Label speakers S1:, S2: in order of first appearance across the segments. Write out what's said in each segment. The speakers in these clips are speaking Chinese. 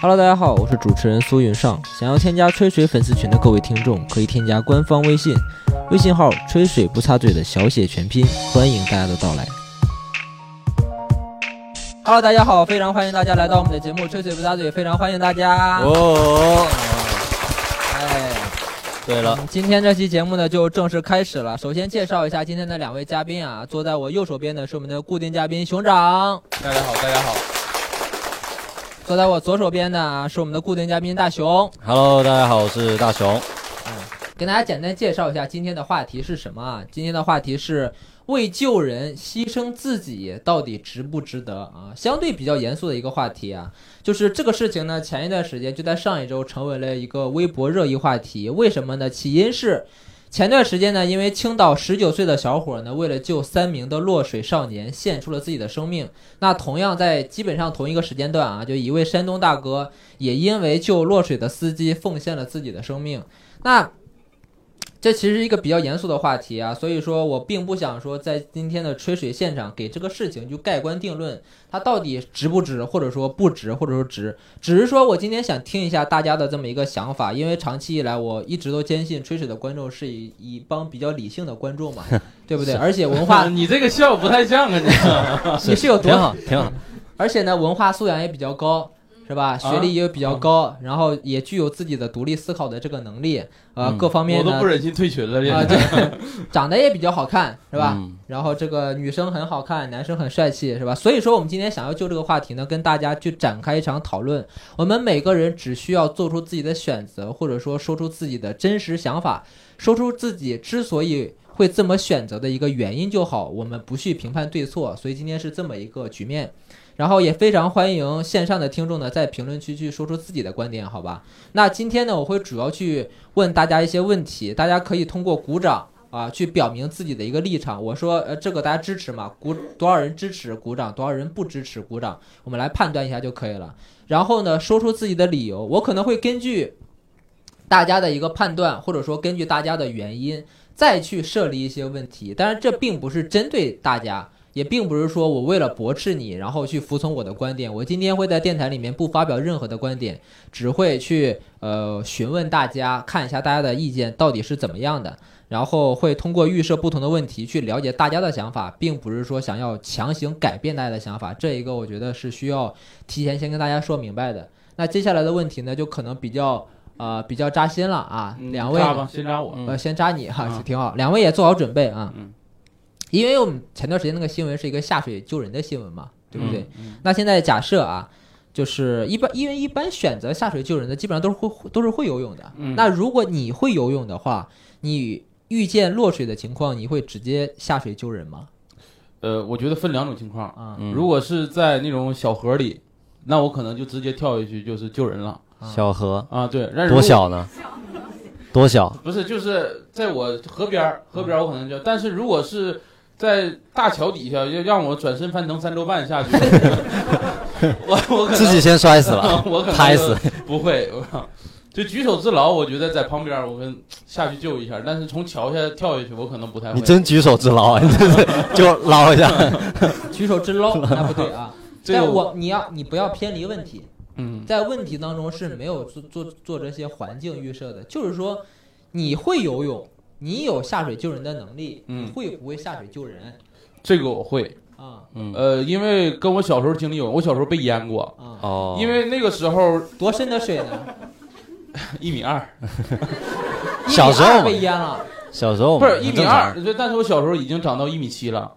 S1: Hello，大家好，我是主持人苏云上。想要添加吹水粉丝群的各位听众，可以添加官方微信，微信号“吹水不插嘴”的小写全拼，欢迎大家的到来。Hello，大家好，非常欢迎大家来到我们的节目《吹水不插嘴》，非常欢迎大家。
S2: 哦，
S1: 哎，嗯
S2: 对了，
S1: 今天这期节目呢就正式开始了。首先介绍一下今天的两位嘉宾啊，坐在我右手边的是我们的固定嘉宾熊掌，
S2: 大家好，大家好
S1: 坐在我左手边呢是我们的固定嘉宾大熊。
S2: ，Hello，大家好，我是大熊。
S1: 跟大家简单介绍一下今天的话题是什么啊？今天的话题是为救人牺牲自己到底值不值得啊？相对比较严肃的一个话题啊，就是这个事情呢，前一段时间就在上一周成为了一个微博热议话题。为什么呢？起因是前段时间呢，因为青岛十九岁的小伙呢，为了救三名的落水少年，献出了自己的生命。那同样在基本上同一个时间段啊，就一位山东大哥也因为救落水的司机奉献了自己的生命。那这其实是一个比较严肃的话题啊，所以说我并不想说在今天的吹水现场给这个事情就盖棺定论，它到底值不值，或者说不值，或者说值，只是说我今天想听一下大家的这么一个想法，因为长期以来我一直都坚信吹水的观众是一一帮比较理性的 观众嘛，对不对？而且文化
S3: 你这个笑不太像啊，你
S1: 你是有多
S2: 挺好，挺好。
S1: 而且呢，文化素养也比较高，是
S3: 啊
S1: 吧？学历也比较高，
S3: 嗯
S1: 然后也具有自己的独立思考的这个能力，呃，
S2: 嗯
S1: 各方面
S3: 我
S1: 呢
S3: 都不忍心退群了，这
S1: 啊，对， 长得也比较好看，是吧？
S2: 嗯
S1: 然后这个女生很好看，男生很帅气，是吧？所以说我们今天想要就这个话题呢，跟大家去展开一场讨论。我们每个人只需要做出自己的选择，或者说说出自己的真实想法，说出自己之所以会这么选择的一个原因就好。我们不去评判对错，所以今天是这么一个局面。然后也非常欢迎线上的听众呢，在评论区去说出自己的观点，好吧？那今天呢，我会主要去问大家一些问题，大家可以通过鼓掌啊去表明自己的一个立场。我说，呃，这个大家支持吗？鼓多少人支持鼓掌，多少人不支持鼓掌，我们来判断一下就可以了。然后呢，说出自己的理由，我可能会根据大家的一个判断，或者说根据大家的原因，再去设立一些问题。但是这并不是针对大家。也并不是说我为了驳斥你，然后去服从我的观点。我今天会在电台里面不发表任何的观点，只会去呃询问大家，看一下大家的意见到底是怎么样的，然后会通过预设不同的问题去了解大家的想法，并不是说想要强行改变大家的想法。这一个我觉得是需要提前先跟大家说明白的。那接下来的问题呢，就可能比较呃比较扎心了啊，两位
S3: 扎嗯吧，先扎我。
S2: 嗯
S1: 呃，先扎你哈，
S3: 啊
S1: 挺好。两位也做好准备啊。
S2: 嗯
S1: 因为我们前段时间那个新闻是一个下水救人的新闻嘛，对
S2: 嗯
S1: 不对？
S3: 嗯
S1: 那现在假设啊，就是一般，因为一般选择下水救人的基本上都是会都是会游泳的。
S3: 嗯
S1: 那如果你会游泳的话，你遇见落水的情况，你会直接下水救人吗？
S3: 呃，我觉得分两种情况，
S1: 啊，
S2: 嗯
S3: 如果是在那种小河里，那我可能就直接跳下去就是救人了
S2: 小河
S3: 啊。对，但是如
S2: 多
S3: 果？
S2: 小呢？多小？
S3: 不是，就是在
S1: 嗯
S3: 我河边儿，河边儿我可能就，但是如果是在大桥底下，要让我转身翻腾三周半下 去，我我可能
S2: 自己先摔死了，
S3: 我可能
S2: 拍
S3: 就
S2: 死。
S3: 不会， 我就举手之劳，我觉得在旁边儿我跟下去救一下，但是从桥下跳下去，我可能不太会。
S2: 你真举手 之劳，啊你这是 就捞一下。
S1: 举手之劳，那不对 啊。
S3: 这个
S1: 但我你要你不要偏离问题，
S3: 嗯
S1: 在问题当中是没有做做做这些环境预设的，就是说你会游泳，你有下水救人的能力，
S3: 嗯
S1: 你会不会下水救人？
S3: 这个我会，
S1: 啊
S2: 嗯
S3: 呃，因为跟我小时候经历有，我小时候被淹过，
S1: 啊，
S2: 哦，
S3: 因为那个时候
S1: 多深的水呢？
S3: 一米二，
S2: 小时
S1: 1.2
S2: 候嘛
S1: 被淹了，
S2: 小时候
S3: 不
S2: 嘛
S3: 是一
S2: 很
S3: 米
S2: 正
S3: 二
S2: 常，，
S3: 对但是我小时候已经长到一米七了，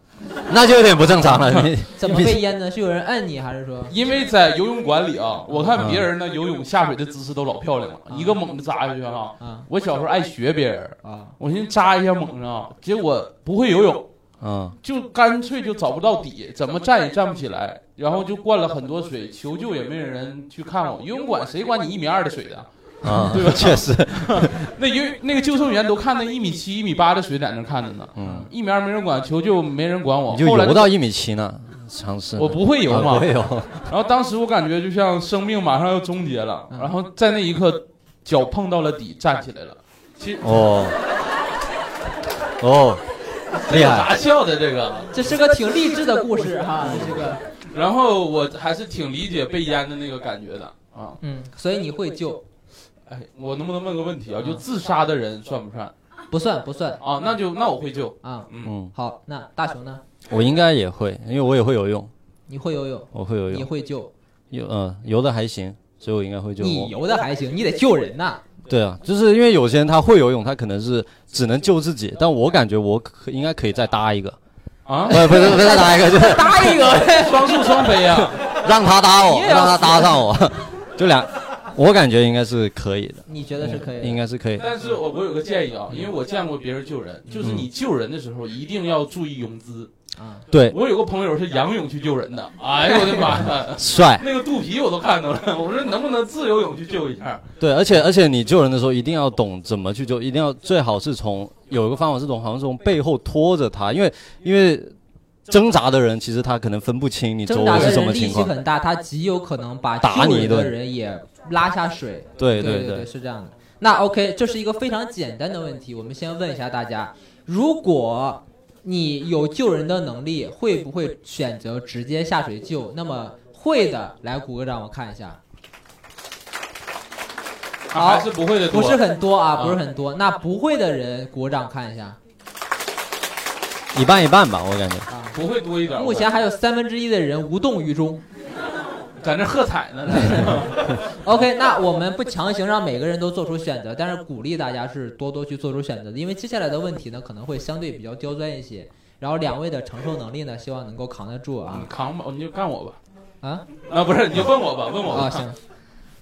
S2: 那就有点不正 常了。你
S1: 怎么被淹的？是有人摁你，还是说
S3: 因为在游泳馆里
S2: 嗯
S3: 啊，我看别人呢游泳下水的姿势都老漂亮了，
S1: 嗯
S3: 一个猛子扎下去啊，
S1: 啊
S3: 我小时候爱学别人，
S1: 啊
S3: 我寻思扎一下猛上，结果不会游泳。
S2: 嗯，
S3: 就干脆就找不到底，怎么站也站不起来，然后就灌了很多水，求救也没有人去看我。游泳馆谁管你一米二的水啊？
S2: 啊
S3: 对吧，
S2: 确实，
S3: 那游那个救生员都看那一米七、一米八的水在那看着呢，
S2: 嗯，
S3: 一米二没人管，求救没人管我。
S2: 你就
S3: 后来
S2: 游到一米七呢，尝试。
S3: 我不会游
S2: 啊不
S3: 嘛，
S2: 会游。
S3: 然后当时我感觉就像生命马上要终结了，
S1: 嗯
S3: 然后在那一刻脚碰到了底，站起来了。其实
S2: 哦，哦，厉
S3: 有
S2: 害，
S3: 啥笑的这个？
S1: 这是个挺励志的故事哈，这是个
S3: 然后我还是挺理解被淹的那个感觉的。啊。
S1: 嗯，所以你会救，嗯
S3: 哎，我能不能问个问题啊？就自杀的人算不算
S1: 不算不算
S3: 啊？那就那我会救，
S1: 啊。
S3: 嗯，
S2: 嗯，
S1: 好，那大熊呢？
S2: 我应该也会，因为我也会游泳，
S1: 你会游泳，
S2: 我会游
S1: 你
S2: 泳，
S1: 会救，
S2: 游嗯游的还行，所以我应该会救。
S1: 你游的还行，你得救人呐。
S2: 对啊，就是因为有些人他会游泳，他可能是只能救自己，但我感觉我可应该可以再搭一个，呃
S3: 啊
S2: 不，是不是不是再搭一个，就是
S1: 搭一 个呗。
S3: 双宿双飞啊！
S2: 让他搭我，
S1: 你也要
S2: 让他搭上我， 就俩，我感觉应该是可以的，
S1: 你觉得是可以
S2: 应
S1: 的？
S2: 该是可以的。
S3: 但是我我有个建议啊，因为我见过别人救人，就是你救人的时候一定要注意泳姿。
S1: 啊，
S2: 嗯对，
S3: 我有个朋友是仰泳去救人的，哎呦我的妈呀！
S2: 帅，
S3: 那个肚皮我都看到了，我说能不能自由泳去救一下？
S2: 对，而且而且你救人的时候一定要懂怎么去救，一定要最好是从有一个方法是从好像是从背后拖着他，因为因为挣扎的人其实他可能分不清你周
S1: 挣扎
S2: 围
S1: 的
S2: 是什
S1: 人
S2: 么
S1: 力
S2: 情
S1: 气
S2: 况，
S1: 很大，他极有可能把
S2: 打
S1: 救
S2: 你一
S1: 人的
S2: 顿
S1: 人也拉下水。
S2: 对
S1: 对
S2: 对，
S1: 是这样的。那 OK，这是一个非常简单的问题，我们先问一下大家：如果你有救人的能力，会不会选择直接下水救？那么会的，来鼓个掌，我看一下，好
S3: 啊还是不会的多，
S1: 不是很多啊，
S3: 啊
S1: 不是很多。那不会的人鼓个掌看一下
S2: 一半一半吧，我感觉。
S1: 啊。
S3: 不会多一点。
S1: 目前还有三分之一的人无动于衷。
S3: 在那喝彩呢， 在
S1: OK，那我们不强行让每个人都做出选择，但是鼓励大家是多多去做出选择的，因为接下来的问题呢可能会相对比较刁钻一些，然后两位的承受能力呢，希望能够扛得住
S3: 那
S1: 啊
S3: 你嗯扛吧，你就干我吧。
S1: 啊
S3: 啊，不是，你就问我吧，问我吧。
S1: 啊！行，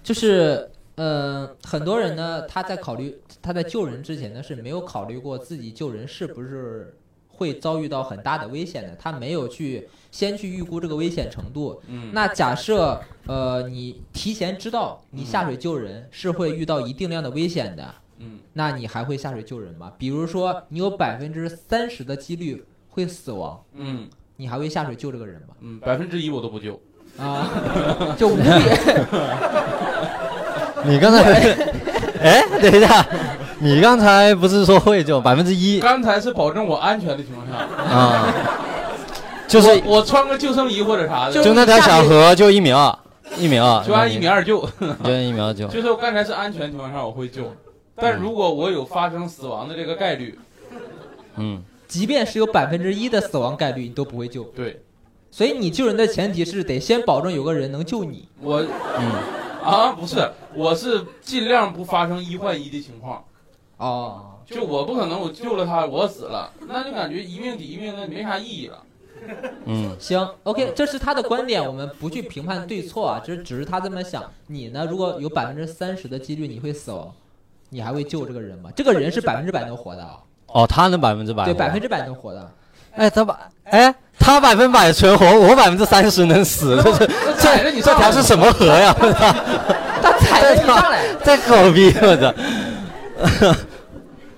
S1: 就是呃，很多人呢他在考虑他在救人之前呢是没有考虑过自己救人是不是会遭遇到很大的危险的，他没有去先去预估这个危险程度，
S3: 嗯，
S1: 那假设呃，你提前知道你下水救人是会遇到一定量的危险的，
S3: 嗯，
S1: 那你还会下水救人吗？比如说你有百分之三十的几率会死亡，
S3: 嗯
S1: 你还会下水救这个人吗？
S3: 嗯，百分之一我都不救。
S1: 啊，就无力。
S2: 你刚才， 哎，等一下，你刚才不是说会就百分之一
S3: 刚才是保证我安全的情况下，
S2: 啊？就是
S3: 我穿个救生衣或者啥的，
S2: 就那条小河就一米二，一米二，
S3: 就按一米二救。
S2: 你， 就按一米二就。
S3: 就是我刚才是安全情况下我会救，但如果我有发生死亡的这个概率，
S2: 嗯，
S1: 即便是有百分之一的死亡概率，你都不会救。
S3: 对
S1: 所以你救人的前提是得先保证有个人能救你。
S3: 我，
S4: 嗯
S3: 啊不是，我是尽量不发生一换一的情况。
S1: 哦，
S3: 就我不可能，我救了他，我死了，那就感觉一命抵一命，那没啥意义了。
S2: 嗯，
S1: 行，OK，这是他的观点，我们不去评判对错啊，这只是他这么想。你呢？如果有百分之三十的几率你会死亡，你还会救这个人吗？这个人是百分之百能活的啊，
S2: 哦，他能百分之百，啊
S1: 对，百分，之百能活的。啊
S2: 哎，他百，哎，他百分百存活，我百分之三十能死，这是
S3: 那踩着
S2: 这
S3: 你
S2: 这
S3: 上
S2: 条是什么河呀？我操
S1: 他踩着你上 来，
S2: 太狗逼了，我操！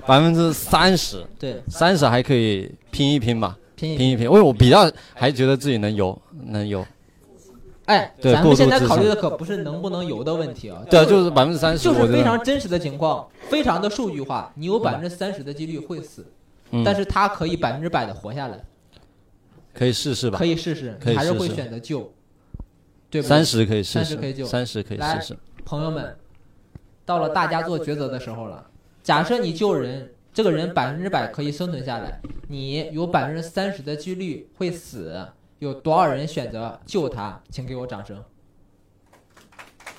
S2: 百分之三十，
S1: 对，
S2: 三十还可以拼一拼吧，
S1: 拼一
S2: 拼
S1: 拼。
S2: 一拼，因为我比较还觉得自己能游，能游。
S1: 哎，
S2: 对
S1: 咱
S2: 过
S1: 们
S2: 度
S1: 现在
S2: 自
S1: 考
S2: 信
S1: 虑的可不是能不能游的问题啊，
S2: 对啊，就是百分之三十，
S1: 就
S2: 我觉
S1: 是
S2: 得
S1: 非常真实的情况，非常的数据化。你有百分之三十的几率会死，
S2: 嗯
S1: 但是他可以百分之百的活下来，
S2: 可以试试吧
S1: 可，以试试，
S2: 可以
S1: 还是
S2: 试
S1: 会
S2: 试
S1: 选择救，对不对？
S2: 三十可以试
S1: 30可以救
S2: 试，三十可以试试。
S1: 朋友们，到了大家做抉择的时候了。假设你救人，这个人百分之百可以生存下来，你有百分之三十的几率会死，有多少人选择救他？请给我掌声。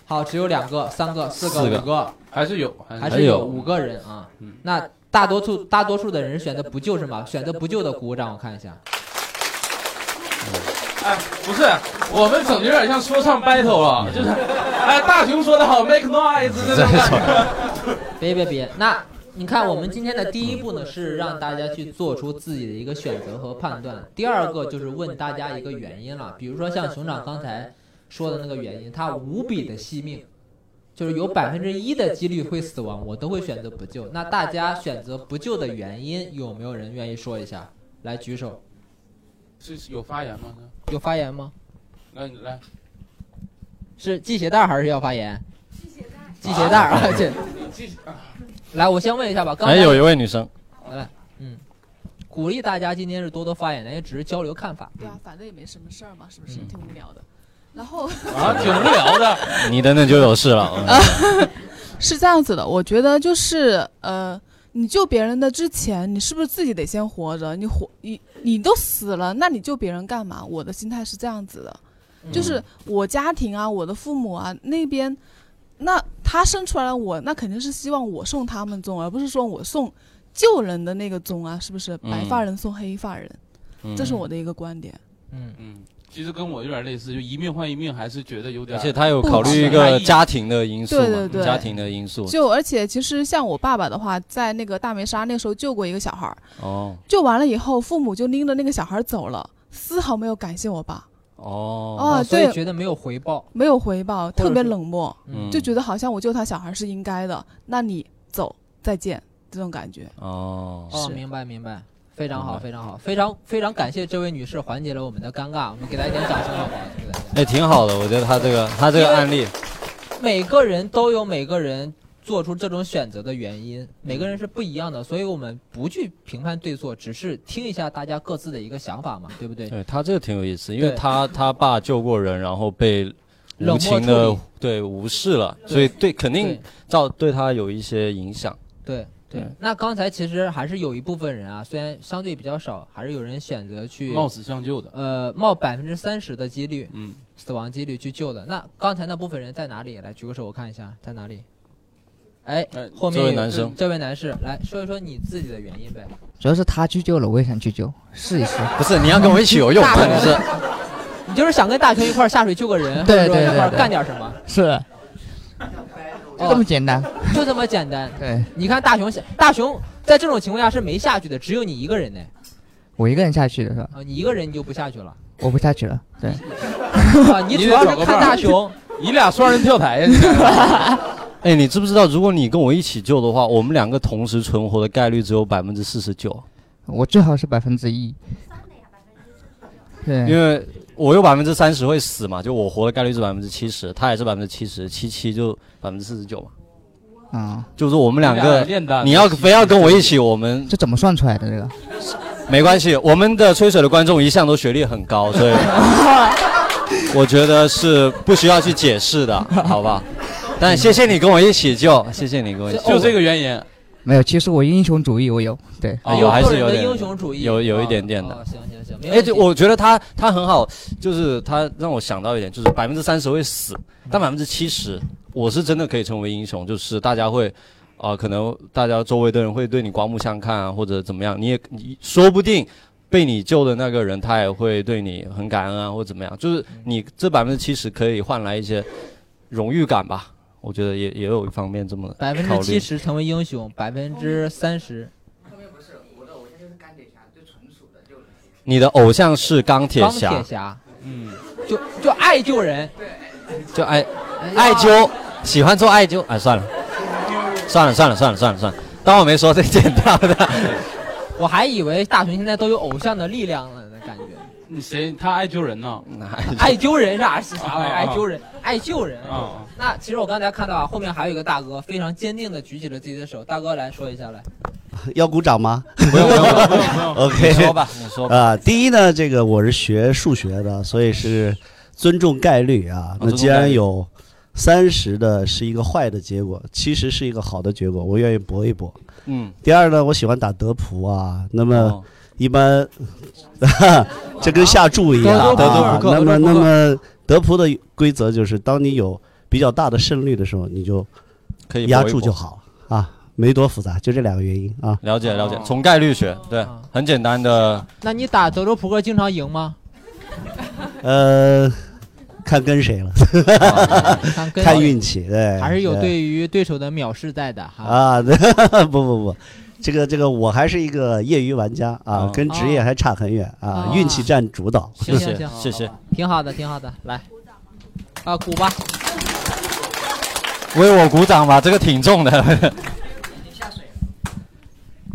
S1: 好，只有两个、三个、 四个、
S2: 四个
S1: 五个，
S3: 还是有，
S1: 还
S2: 还
S1: 是
S2: 有
S1: 有五个人啊
S3: 嗯。
S1: 那大多数大多数的人选择不救是吗？选择不救的鼓个掌，我看一下。
S3: 哎，不是，我们整的有点像说唱 battle 了，就是，哎，大熊说的好，make noise 那种感觉。
S1: 别别别，那你看我们今天的第一步呢，是让大家去做出自己的一个选择和判断。第二个就是问大家一个原因了，比如说像熊掌刚才说的那个原因，他无比的惜命，就是有百分之一的几率会死亡，我都会选择不救。那大家选择不救的原因，有没有人愿意说一下？来举手，
S3: 是是有发言吗？
S1: 有发言吗？
S3: 来，你来，
S1: 是系鞋带还是要发言？系鞋带儿，啊系鞋带啊！
S3: 继续啊
S1: 这 来，我先问一下吧。刚才
S2: 哎，有一位女生，
S1: 嗯鼓励大家今天是多多发言的，也只是交流看法。
S5: 对啊，反正也没什么事儿嘛，是不是？
S1: 嗯
S5: 挺无聊的。然后
S3: 啊，挺无聊的。
S2: 你等等就有事 了。嗯
S5: 是这样子的，我觉得就是呃，你救别人的之前，你是不是自己得先活着？你活你你都死了，那你救别人干嘛？我的心态是这样子的，
S3: 嗯
S5: 就是我家庭啊，我的父母啊那边，那他生出来了我，那肯定是希望我送他们宗，而不是说我送救人的那个宗啊，是不是？
S2: 嗯
S5: 白发人送黑发人，
S2: 嗯
S5: 这是我的一个观点。
S1: 嗯，
S3: 嗯，其实跟我有点类似，就一命换一命，还是觉得有点。
S2: 而且他有考虑一个家庭的因素嘛，
S5: 对对对
S2: 家庭的因素。
S5: 就而且其实像我爸爸的话，在那个大梅沙那时候救过一个小孩儿，
S2: 哦
S5: 救完了以后，父母就拎着那个小孩走了，丝毫没有感谢我爸，
S2: 哦，
S5: 哦
S1: 啊所以
S5: 对
S1: 觉得没有回报，
S5: 没有回报，
S1: 者
S5: 特别
S1: 是
S5: 冷漠，
S2: 嗯，
S5: 就觉得好像我救他小孩是应该的，那你走，再见这种感觉。
S2: 哦，
S1: 哦，
S5: 是
S1: 明白明白，非常好，
S2: 明白
S1: 非常好，非常非常感谢这位女士缓解了我们的尴尬，我们给她一点掌声好不好？对不对？
S2: 哎，挺好的，我觉得他这个他这个案例，
S1: 每个人都有每个人做出这种选择的原因，每个人是不一样的，所以我们不去评判对错，只是听一下大家各自的一个想法嘛，对不对？
S2: 对他这个挺有意思，因为
S1: 对
S2: 他他爸救过人，然后被无情
S1: 冷漠
S2: 的
S1: 处
S2: 对无视了，所以对肯定
S1: 对
S2: 造对他有一些影响。
S1: 对对
S2: 对。
S1: 那刚才其实还是有一部分人啊，虽然相对比较少，还是有人选择去
S3: 冒死相救的。
S1: 呃冒百分之三十的几率
S3: 嗯，
S1: 死亡几率去救的。那刚才那部分人在哪里？来举个手，我看一下在哪里。哎，
S3: 哎，
S1: 后面
S2: 这位
S1: 有
S2: 男生
S1: 这位男士来说一说你自己的原因呗。
S6: 主要是他去救了，我也想去救，试一试。
S2: 不是，你要跟我一起游泳
S1: 大
S2: 吗？
S1: 腿
S2: 你是
S1: 你就是想跟大雄一块儿下水救个人，
S6: 对
S1: 或者
S6: 对
S1: 说一块儿
S6: 对对
S1: 干点什么，
S6: 是，就
S3: 哦
S6: 这么简单。
S1: 就这么 简单。
S6: 对
S1: 你看大雄，大雄在这种情况下是没下去的，只有你一个人呢。
S6: 我一个人下去的是吧？
S1: 啊，你一个人你就不下 去了
S6: 我不下去了。对，
S1: 啊！你
S3: 你
S1: 主
S3: 得
S1: 要
S3: 找
S1: 是
S3: 个伴
S1: 看
S3: 儿
S1: 大雄，
S3: 你俩双人跳台呀？你俩
S2: 哎，你知不知道，如果你跟我一起救的话，我们两个同时存活的概率只有百分之四十九，
S6: 我最好是百分之一。对，
S2: 因为我有百分之三十会死嘛，就我活的概率是百分之七十，他也是百分之七十，七七就百分之四十九嘛，
S6: 啊、
S2: 就是我们两个。
S3: 练的，
S2: 你要非要跟我一起，我们
S6: 这怎么算出来的这个？
S2: 没关系。我们的吹水的观众一向都学历很高，所以 我觉得是不需要去解释的，好吧？但谢谢你跟我一起救，谢谢你跟我一起
S3: 就这
S2: 个
S3: 个原因。
S6: 没有，其实我英雄主义我有。对，
S2: 啊有还
S1: 个
S2: 是
S1: 人
S2: 有
S1: 的
S2: 点
S1: 英雄主义，
S2: 有有一点点的
S1: 哦。哦行行行，没
S2: 哎，
S1: 问题
S2: 对，我觉得他他很好，就是他让我想到一点，就是百分之三十会死，但百分之七十我是真的可以成为英雄，就是大家会，啊、可能大家周围的人会对你刮目相看啊，或者怎么样，你也你说不定被你救的那个人他也会对你很感恩啊，或怎么样，
S1: 嗯
S2: 就是你这百分之七十可以换来一些荣誉感吧，我觉得也也有一方面这么
S1: 百分
S2: 考
S1: 之
S2: 虑
S1: 七十成为英雄，百分之三十
S2: 你的偶像是钢铁
S1: 钢
S2: 侠
S1: 铁，侠，
S3: 嗯，
S1: 就就爱救人，
S2: 就爱
S1: 哎
S2: 艾灸，喜欢做艾灸。哎，算了，算了，算了，算了，算了，算了，当我没说这件道的。
S1: 我还以为大雄现在都有偶像的力量了呢，感觉。
S3: 你谁？他爱救人 呢？
S1: 爱救人是啥是啥玩意儿？
S3: 啊
S1: 爱救人，爱救人。
S3: 啊，
S1: 那其实我刚才看到啊，后面还有一个大哥非常坚定的举起了自己的手，大哥来说一下来。
S7: 要鼓掌吗？
S2: 不用不用不用，
S7: OK
S2: 你说吧，你说吧。
S7: 啊，第一呢，这个我是学数学的，所以是尊重概率啊。那
S2: 哦尊重
S7: 既
S2: 概
S7: 然
S2: 率
S7: 有三十的是一个坏的结果，七十是一个好的结果，我愿意搏一搏。
S2: 嗯，
S7: 第二呢，我喜欢打德扑啊，那么
S2: 哦
S7: 一般， 这跟下注一样
S2: 德
S7: 啊。
S2: 州扑克
S7: 那么
S2: 德州扑克
S7: 那么德扑的规则就是，当你有比较大的胜率的时候，你就
S2: 可以
S7: 压
S2: 搏一
S7: 住
S2: 搏
S7: 就。好啊，没多复杂，就这两个原因啊。
S2: 了解了解，
S1: 哦
S2: 从概率学，对
S1: 啊，
S2: 很简单的。
S1: 那你打德州扑克经常赢吗？
S7: 呃，看跟谁了，
S1: 哦 看
S7: 啊
S1: 跟
S7: 看运气，对，
S1: 还是有
S7: 对
S1: 对于对手的藐视在的哈。
S7: 啊，对 不不不，这个这个我还是一个业余玩家啊，
S2: 哦
S7: 跟职业还差很远
S1: 哦
S7: 啊，运气占主导。
S1: 行
S2: 谢
S1: 行
S2: 谢
S1: 行，
S2: 谢谢，
S1: 挺好的，挺好的，来。啊，鼓吧！
S2: 为我鼓掌吧，这个挺重 的，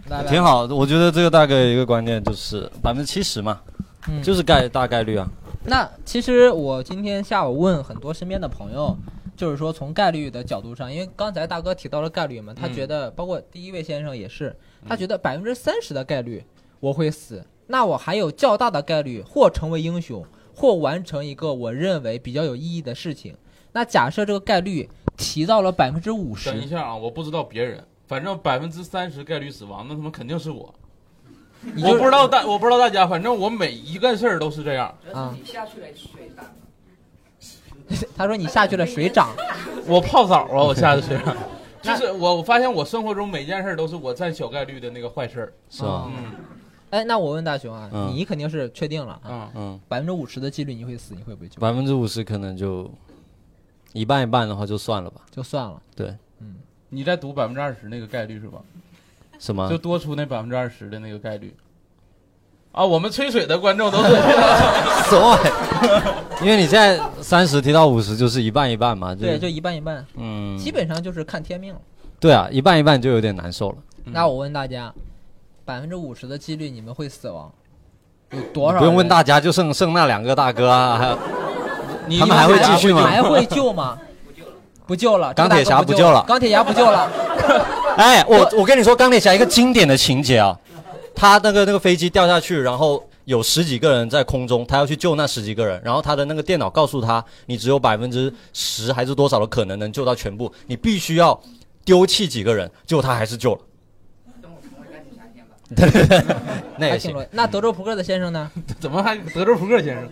S1: 来来
S2: 挺好。我觉得这个大概有一个观念就是百分之七十嘛，
S1: 嗯
S2: 就是概大概率啊。
S1: 那其实我今天下午问很多身边的朋友，就是说从概率的角度上，因为刚才大哥提到了概率
S3: 嗯
S1: 嘛，他觉得包括第一位先生也是，他觉得百分之三十的概率我会死，那我还有较大的概率或成为英雄，或完成一个我认为比较有意义的事情。那假设这个概率提到了百分之五
S3: 等一
S1: 十，
S3: 下啊，我不知道别人，反正百分之三十概率死亡，那他妈肯定是我。
S1: 你就
S3: 我不知道大，我不知道大家，反正我每一个事儿都是这样。
S1: 啊。
S8: 你下去了，水打
S1: 他说你下去了，水涨。
S3: 我泡澡啊，我下去了。就是我，我发现我生活中每件事儿都是我占小概率的那个坏事儿。
S2: 是吧？
S3: 嗯
S1: 哎，那我问大熊啊，
S2: 嗯
S1: 你肯定是确定了啊，
S3: 嗯，
S2: 嗯，
S1: 百分之五十的几率你会死，你会不会去？
S2: 百分之五十可能就一半一半的话就算了吧。
S1: 就算了。
S2: 对，
S1: 嗯
S3: 你在赌百分之二十那个概率是吧？
S2: 什么
S3: 就？多出那百分之二十的那个概率。啊，我们吹水的观众都 是
S2: 什么玩意儿？ 因为你现在三十提到五十就是一半一半嘛，就
S1: 对，就一半一半，
S2: 嗯，
S1: 基本上就是看天命了。
S2: 对啊，一半一半就有点难受了。
S1: 那我问大家，百分之五十的几率你们会死亡，有多少？
S2: 不用问，大家，就剩剩那两个大哥啊，还有
S3: 你
S2: 他们还会继续吗
S1: 还会救 吗？不救了，
S2: 钢铁
S1: 这个大
S2: 侠
S1: 哥不
S2: 不救了
S1: 钢铁侠不救了。
S2: 哎，我我跟你说，钢铁侠一个经典的情节啊，他那个那个飞机掉下去，然后有十几个人在空中，他要去救那十几个人，然后他的那个电脑告诉他，你只有百分之十还是多少的可能能救到全部，你必须要丢弃几个人，结果他还是救了。对对对， 那
S1: 还
S2: 也
S1: 挺
S2: 行，
S1: 多。那德州扑克的先生呢？
S3: 怎么还德州扑克先生？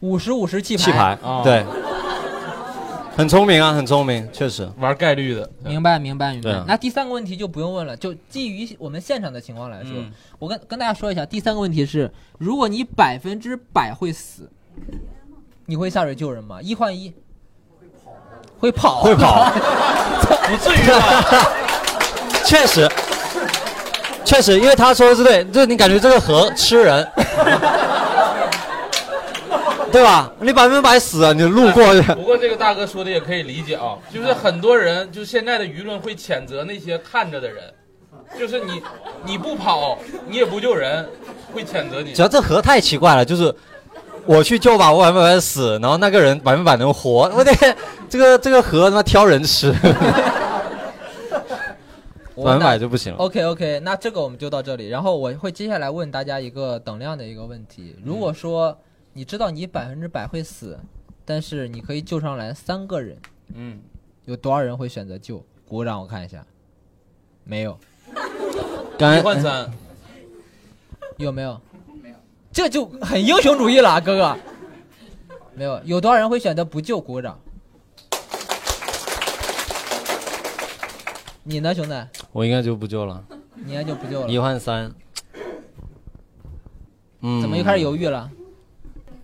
S1: 五十五十弃
S2: 弃牌
S3: 啊，
S2: 对，很聪明啊，很聪明，确实。
S3: 玩概率的，
S1: 明白，明白，明
S2: 对
S1: 白
S2: 啊。
S1: 那第三个问题就不用问了，就基于我们现场的情况来说，
S3: 嗯
S1: 我跟跟大家说一下，第三个问题是：如果你百分之百会死，你会下水救人吗？一换一，会跑，
S2: 会跑，
S3: 不至于吧？
S2: 确实，确实，因为他说的是对，就是你感觉这个河吃 人，对吧？你百分之百死啊，你路过
S3: 不过这个大哥说的也可以理解啊，就是很多人，就现在的舆论会谴责那些看着的人，就是你你不跑，你也不救人，会谴责你
S2: 主。要这河太奇怪了，就是我去救吧，我百分之百死，然后那个人百分之百能活，我得这个这个河他妈挑人吃，
S1: 我
S2: 百分之百
S1: 那
S2: 就不行了。
S1: OK OK，那这个我们就到这里。然后我会接下来问大家一个等量的一个问题：如果说你知道你百分之百会死，但是你可以救上来三个人，
S3: 嗯，
S1: 有多少人会选择救？鼓掌，我看一下，没有。
S2: 刚
S3: 一
S2: 才
S3: 换三，
S1: 有没有？没有，这就很英雄主义了啊，哥哥。没有，有多少人会选择不救？鼓掌。你呢，兄弟？
S2: 我应该就不救了，
S1: 你应该就不救
S2: 一
S1: 了。
S2: 换三。嗯，
S1: 怎么又开始？犹豫了？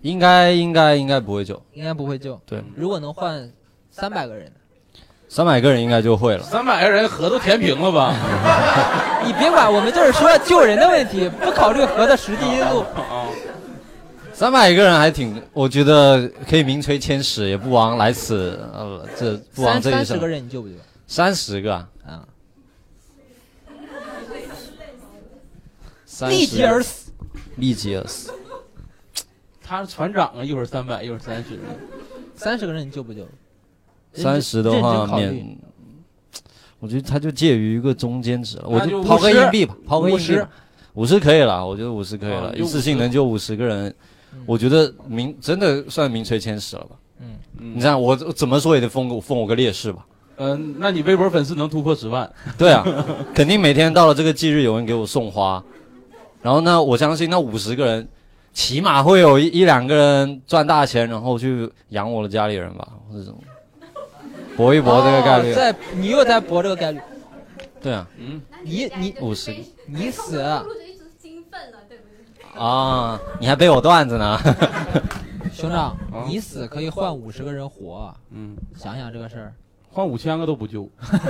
S2: 应该应该应该不会救，
S1: 应该不会救。
S2: 对，
S1: 如果能换三百个人，
S2: 三百个人应该就会了。
S3: 三百个人河都填平了吧？
S1: 你别管，我们就是说救人的问题，不考虑河的实际因素。
S3: 啊，
S2: 三百个人还挺，我觉得可以名垂千史，也不枉来此，呃，这不
S1: 三
S2: 枉这
S1: 三
S2: 一
S1: 十
S2: 生
S1: 个。人你救不救？
S2: 三十个啊，
S1: 啊，
S2: 三十
S1: 立即而死。
S2: 立即而死。
S3: 他是船长啊，一会儿三百，一会儿三十。
S1: 三十个人你救不救？
S2: 三十的话
S1: 认真考虑
S2: 免，我觉得它就介于一个中间值了。我
S3: 那就
S2: 抛个
S3: 50
S2: 硬币吧，抛个硬币
S1: 50
S2: 吧，五十可以了，我觉得五十可以
S3: 啊
S2: 了，
S3: 就
S2: 一次性
S3: 50
S2: 能救五十个人，我觉得名真的算名垂千史了吧。
S1: 嗯
S3: 嗯
S2: 你这样我我怎么说也得封我封我个烈士吧？
S3: 嗯，那你微博粉丝能突破十万？
S2: 对 啊，肯定每天到了这个忌日，有人给我送花，然后呢，我相信那五十个人，起码会有一一两个人赚大钱，然后去养我的家里人吧，或者怎么，搏一搏这个概率。啊
S1: 哦在你又在搏这个概率。
S2: 对啊，
S3: 嗯，
S1: 你你
S2: 五十
S1: 你死
S9: 录就一直兴奋了，对不对？
S2: 啊，你还背我段子呢，
S1: 兄长
S3: 啊，
S1: 你死可以换五十个人活，
S3: 嗯，
S1: 想想这个事儿。
S3: 换五千个都不救。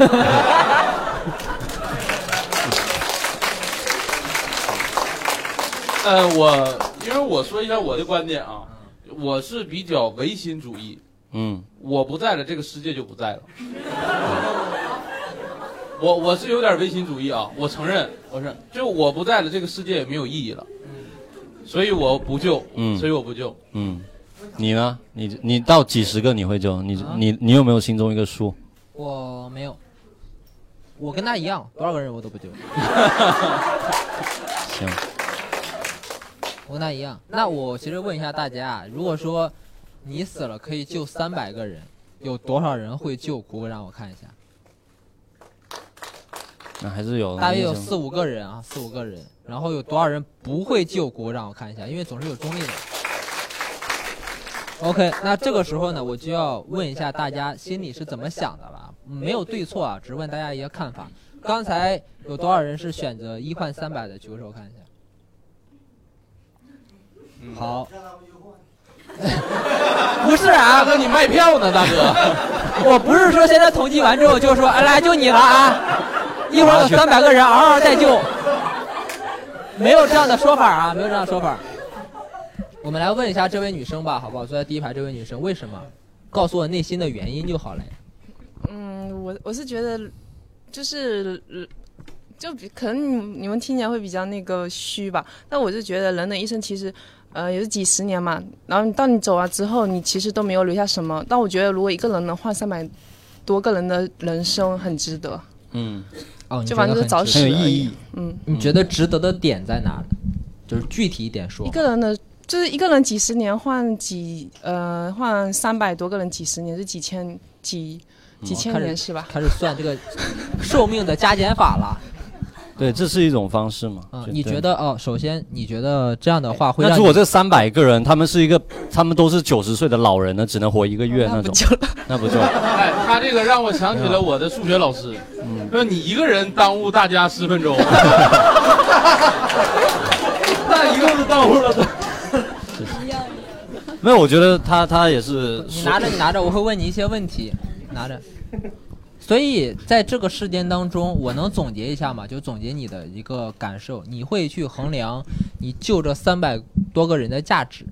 S3: 呃，我因为我说一下我的观点啊，我是比较唯心主义，
S2: 嗯，
S3: 我不在了，这个世界就不在了。我我是有点唯心主义啊，我承认我是，就我不在了，这个世界也没有意义了，所以我不救，
S2: 嗯
S3: 所以我不救。
S2: 嗯，你呢？你你到几十个你会救？你
S1: 啊
S2: 你你有没有心中一个数？
S1: 我没有，我跟他 一样，多少个人我都不救。
S2: 行，
S1: 我跟他一样。那我其实问一下大家啊，如果说你死了可以救三百个人，有多少人会救？鼓个让我看一下，
S2: 那还是有
S1: 大约有四五个人啊，四五个人。然后有多少人不会救？鼓个让我看一下，因为总是有中立的。OK，那这个时候呢，我就要问一下大家心里是怎么想的了，没有对错啊，只是问大家一个看法。刚才有多少人是选择一换三百的？举个手看一下。好， 不是啊，
S3: 哥，你卖票呢，大哥？
S1: 我不是说现在统计完之后就说，哎，来就你了啊，一会儿有三百个人嗷嗷待救，没有这样的说法啊，没有这样的说法。我们来问一下这位女生吧，好不好？坐在第一排这位女生，为什么？告诉我内心的原因就好了呀。
S8: 嗯，我我是觉得，就是，呃就比可能你你们听起来会比较那个虚吧，但我就觉得人的一生其实，呃，也是几十年嘛，然后你到你走了之后，你其实都没有留下什么。但我觉得，如果一个人能换三百多个人的人生，很值得。
S2: 嗯，
S1: 哦，你
S8: 就
S1: 觉
S8: 反正
S1: 得
S8: 就
S1: 很
S8: 是找
S1: 值
S8: 死
S2: 很有
S8: 而
S2: 意
S8: 已
S2: 义。
S8: 嗯，
S1: 你觉得值得的点在哪里？就是具体一点说
S8: 一。个人的就是一个人几十年换几呃换三百多个人几十年是几千几几千
S1: 看着
S8: 年是吧？
S1: 哦开始算这个寿命的加减法了
S2: 对，这是一种方式嘛？
S1: 啊、
S2: 对
S1: 你
S2: 对
S1: 觉得哦？首先，你觉得这样的话会
S2: 那
S1: 让
S2: 如
S1: 你
S2: 果这三百个人，他们是一个，他们都是九十岁的老人了，只能活一个
S1: 哦
S2: 月
S8: 那
S2: 那
S8: 不
S2: 种，
S8: 就
S2: 那不就
S3: 哎，他这个让我想起了我的数学老师，
S2: 嗯
S3: 说你一个人耽误大家十 分钟，那一共是耽误了多。
S2: 没有？我觉得他他也是
S1: 你拿着，你拿着，我会问你一些问题，拿着。所以在这个事件当中，我能总结一下嘛？就总结你的一个感受，你会去衡量你救这三百多个人的价值，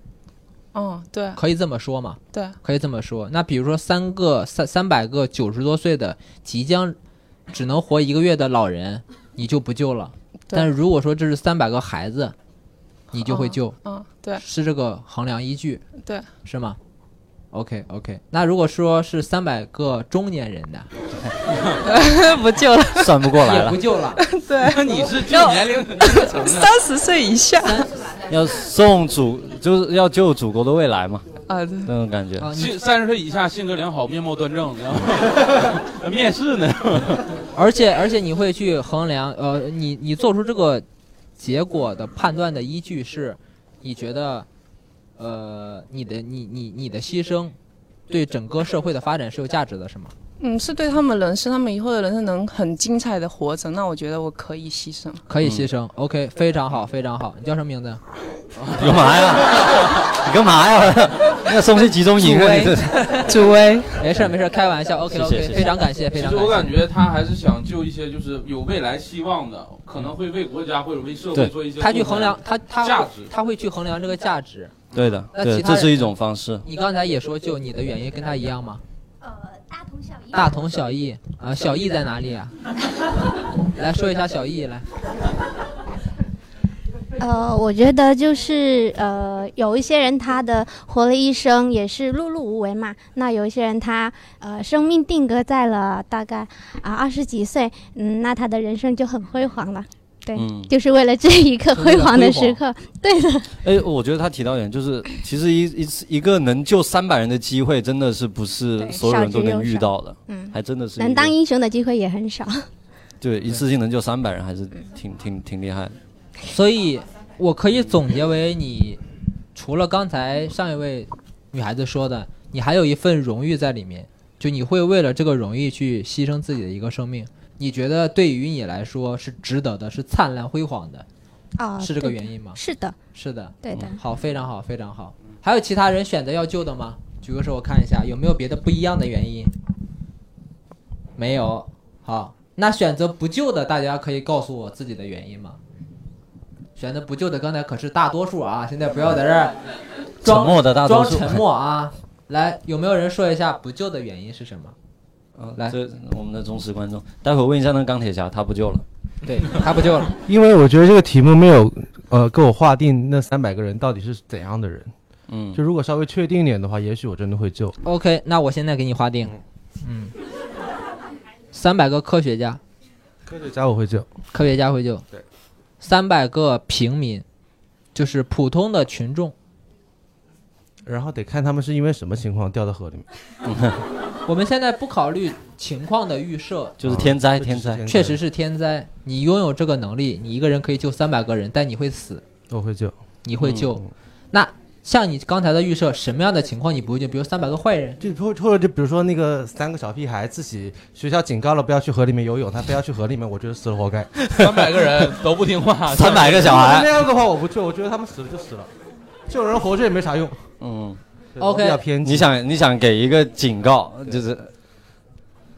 S8: 哦，对
S1: 可以这么说嘛？
S8: 对，
S1: 可以这么说。那比如说三个三三百个九十多岁的即将只能活一个月的老人，你就不救了。
S8: 对
S1: 但如果说这是三百个孩子，你就会
S8: 嗯
S1: 救。
S8: 嗯对
S1: 是这个衡量依据，
S8: 对，
S1: 是吗？OK OK，那如果说是三百个中年人的，
S8: 不救了，
S2: 算不过来
S1: 也
S2: 了
S1: 不。救 了。
S3: 那你是这年龄年龄层的，
S8: 三十岁以下
S2: 要送祖，就是要救祖国的未来嘛，
S8: 啊对。
S2: 那种感觉。
S1: 啊，你
S3: 性三十岁以下性格良好，面貌端正，你知道吗？ 面试呢？
S1: 而且而且你会去衡量，呃，你你做出这个结果的判断的依据是，你觉得，呃，你的你你你的牺牲对整个社会的发展是有价值的，是吗？
S8: 嗯，是对他们人生，他们以后的人生能很精彩的活着，那我觉得我可以牺牲。
S1: 可
S2: 嗯
S1: 以牺牲、o k 非常好，非常好。你叫什么 名字？
S2: 你干嘛 呀？你干嘛呀？ 那送去集中营啊！你这 嗯
S8: 主威，
S1: 没事儿没事儿，开玩笑。OK
S2: 谢
S1: OK，
S2: 谢谢谢
S1: 非常感谢，非
S3: 其
S1: 常
S3: 实
S1: 感谢。
S3: 我感觉他还是想救一些就是有未来希望的，可能会为国家或者为社会
S2: 对
S3: 做一些。
S1: 他去衡量，他他
S3: 价值
S1: 他会去衡量这个价值。
S2: 对的，
S1: 那
S2: 对，
S1: 其他
S2: 这
S1: 人
S2: 是一种方式。
S1: 你刚才也说，就你的原因跟他一样吗？
S9: 呃，大同小异。
S1: 大同小异啊，小异在哪里 啊？来说一下小异来。
S10: 呃，我觉得就是呃，有一些人他的活了一生也是碌碌无为嘛，那有一些人他呃生命定格在了大概啊二十几岁，嗯，那他的人生就很辉煌了，对
S2: 嗯，
S10: 就是为了这一刻
S1: 就为
S10: 辉
S1: 了
S10: 煌的
S1: 辉煌
S10: 时刻，对的，
S2: 哎，我觉得他提到一点，就是其实一一次一个能救三百人的机会，真的是不是
S10: 对
S2: 所有人都
S10: 少之又
S2: 能遇
S10: 少
S2: 到的，
S10: 嗯，
S2: 还真的是一
S10: 能
S2: 个
S10: 当嗯英雄的机会也很少。
S2: 对一次性能救三百人，还是
S10: 嗯
S2: 挺挺挺厉害的。
S1: 所以我可以总结为你，除了刚才上一位女孩子说的，你还有一份荣誉在里面，就你会为了这个荣誉去牺牲自己的一个生命。你觉得对于你来说是值得的，是灿烂辉煌的，
S10: 哦，
S1: 是这个
S10: 对
S1: 原因吗？
S10: 是的，
S1: 是的，
S10: 对的。
S1: 好，非常好，非常好。还有其他人选择要救的吗？举个手，我看一下有没有别的不一样的原因。没有。好，那选择不救的，大家可以告诉我自己的原因吗？选择不救的，刚才可是大多数啊，现在不要在这儿
S2: 沉
S1: 装
S2: 默的大多
S1: 装
S2: 数。
S1: 沉默啊。来，有没有人说一下不救的原因是什么？
S2: 嗯
S1: 来
S2: 这我们的忠实观众，待会儿问一下那个钢铁侠，他不救了。
S1: 对他不救了，
S4: 因为我觉得这个题目没有呃给我划定那三百个人到底是怎样的人。
S2: 嗯，
S4: 就如果稍微确定一点的话，也许我真的会救。
S1: OK，那我现在给你划定，嗯，三百个科学家，
S4: 科学家我会救，
S1: 科学家会救，
S4: 对，
S1: 三百个平民，就是普通的群众。
S4: 然后得看他们是因为什么情况掉到河里面。
S1: 我们现在不考虑情况的预设，
S2: 就是天灾啊天灾
S1: 确实是天灾。你拥有这个能力，你一个人可以救三百个人，但你会死，
S4: 我会救，
S1: 你会救。那像你刚才的预设，什么样的情况你不会救？比如三百个坏人，
S4: 就 或或者就比如说那个三个小屁孩自己学校警告了不要去河里面游泳，他非要去河里面，我觉得死了活该。
S3: 三百个人都不听话，
S2: 300个小孩
S4: 那样的话我不救，我觉得他们死了就死了，救人活着也没啥用。
S2: 嗯
S4: 对我比较偏激
S2: 你想你想给一个警告，就是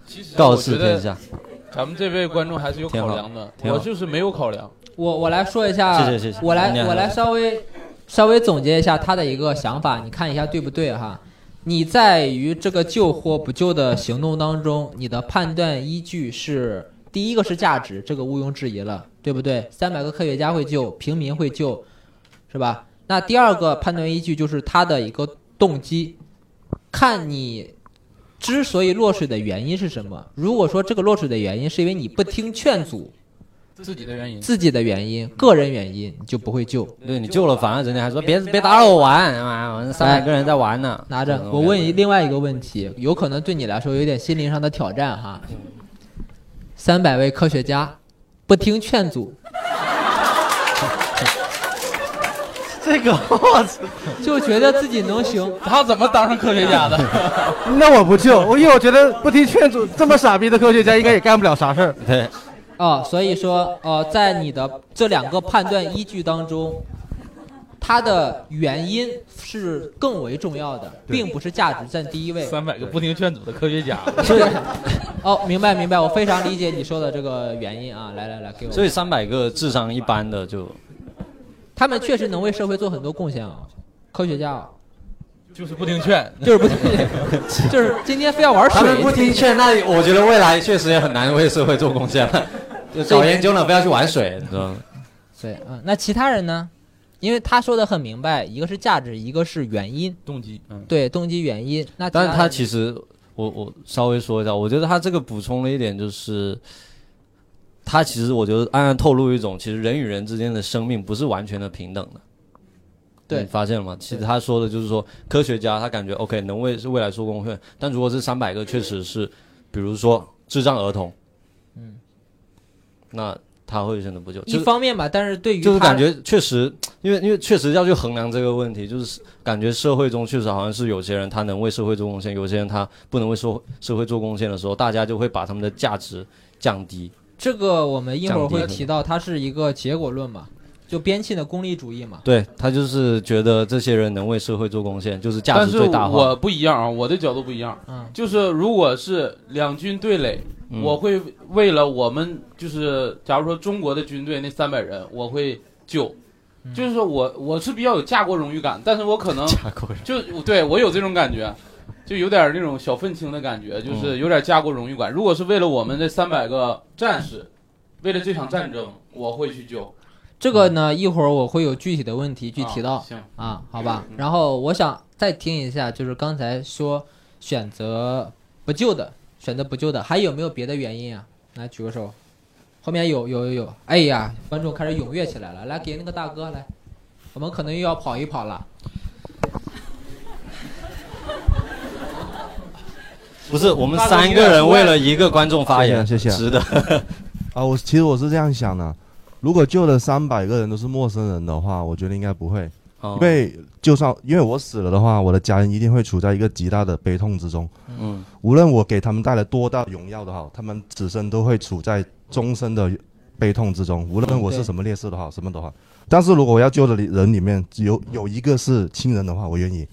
S3: 其实
S2: 告
S3: 我
S2: 示
S3: 觉得
S2: 天下。
S3: 咱们这位观众还是有
S2: 挺
S3: 考
S2: 好
S3: 量的，
S2: 挺好
S3: 我就是没有考量。
S1: 我我来说一下，
S2: 谢谢谢谢
S1: 我来
S2: 你好
S1: 我来稍微稍微总结一下他的一个想法，你看一下对不对哈？你在于这个救或不救的行动当中，你的判断依据是第一个是价值，这个毋庸置疑了，对不对？三百个科学家会救，平民会救，是吧？那第二个判断依据就是他的一个动机，看你之所以落水的原因是什么。如果说这个落水的原因是因为你不听劝阻，
S3: 自己的原因，嗯
S1: 自己的原因、个人原因，你就不会救。
S2: 对你救了，反而人家还说别
S3: 嗯
S2: 别打扰我玩，妈，我三百个人在玩呢。
S1: 嗯
S2: 嗯
S1: 拿着，我问你另外一个问题，有可能对你来说有点心灵上的挑战哈。三百位科学家不听劝 阻，
S4: 这个我操，
S1: 就觉得自己能 行。
S3: 他怎么当上科学家的？
S4: 那我不救，我因为我觉得不听劝阻，这么傻逼的科学家应该也干不了啥事儿。
S2: 对，
S1: 哦，所以说，呃，在你的这两个判断依据当中，它的原因是更为重要的，并不是价值占第一位。
S3: 三百个不听劝阻的科学 家，
S1: 哦，明白明白，我非常理解你说的这个原因啊。来来来，给我。
S2: 所以三百个智商一般的就
S1: 他们确实能为社会做很多贡献啊，科学家啊，
S3: 就是不听劝，
S1: 就是 不听，就是今天非要玩
S2: 他
S1: 水，
S2: 们不听劝，那我觉得未来确实也很难为社会做贡献了。就搞研究了，不要去玩水，你知道吗？
S1: 对，嗯，那其他人呢？因为他说的很明白，一个是价值，一个是原因，
S3: 动机，嗯，
S1: 对，动机原因。那
S2: 但是他
S1: 实
S2: 其实，我我稍微说一下，我觉得他这个补充了一点，就是他其实我觉得暗暗透露一种，其实人与人之间的生命不是完全的平等的。
S1: 对
S2: 你发现了吗？其实他说的就是说，科学家他感觉 OK 能为是未来做贡献，但如果这三百个确实是，比如说智障儿童，嗯，那他会选择不救。
S1: 一
S2: 就是
S1: 方面吧，但是对于
S2: 就是
S1: 他
S2: 感觉确实，因为因为确实要去衡量这个问题，就是感觉社会中确实好像是有些人他能为社会做贡献，有些人他不能为社会社会做贡献的时候，大家就会把他们的价值降低。
S1: 这个我们一会儿
S2: 降低
S1: 会
S2: 了
S1: 提到，它是一个结果论嘛，就边沁的功利主义嘛。
S2: 对他就是觉得这些人能为社会做贡献，就是价
S3: 但
S2: 值
S3: 是
S2: 最大
S3: 我
S2: 化。
S3: 不一样啊，我的角度不一样。
S1: 嗯
S3: 就是如果是两军对垒，
S2: 嗯
S3: 我会为了我们就是，假如说中国的军队那三百人，我会救。就是说我我是比较有家国荣誉感，但是我可能
S2: 家国人
S3: 就对我有这种感觉，就有点那种小愤青的感觉，
S2: 嗯
S3: 就是有点家国荣誉感。如果是为了我们这三百个战士，为了这场战争，我会去救。
S1: 这
S2: 嗯
S1: 个呢，一会儿我会有具体的问题去提到。
S3: 啊行，
S1: 啊，好吧。然后我想再听一下，就是刚才说选择不救的，选择不救的，还有没有别的原因啊？来举个手，后面有有有有，哎呀，观众开始踊跃起来了，来给那个大哥来，我们可能又要跑一跑了。
S2: 不是我们三个人为了一个观众发言，
S11: 谢谢谢谢
S2: 值得。
S11: 啊，我其实我是这样想的，如果救的三百个人都是陌生人的话，我觉得应该不会，
S2: 哦
S11: 因为就算因为我死了的话，我的家人一定会处在一个极大的悲痛之中。
S2: 嗯，
S11: 无论我给他们带来多大荣耀的好，他们此生都会处在终身的悲痛之中。无论我是什么烈士的好，什么的好，但是如果我要救的人里面只有有一个是亲人的话，我愿意。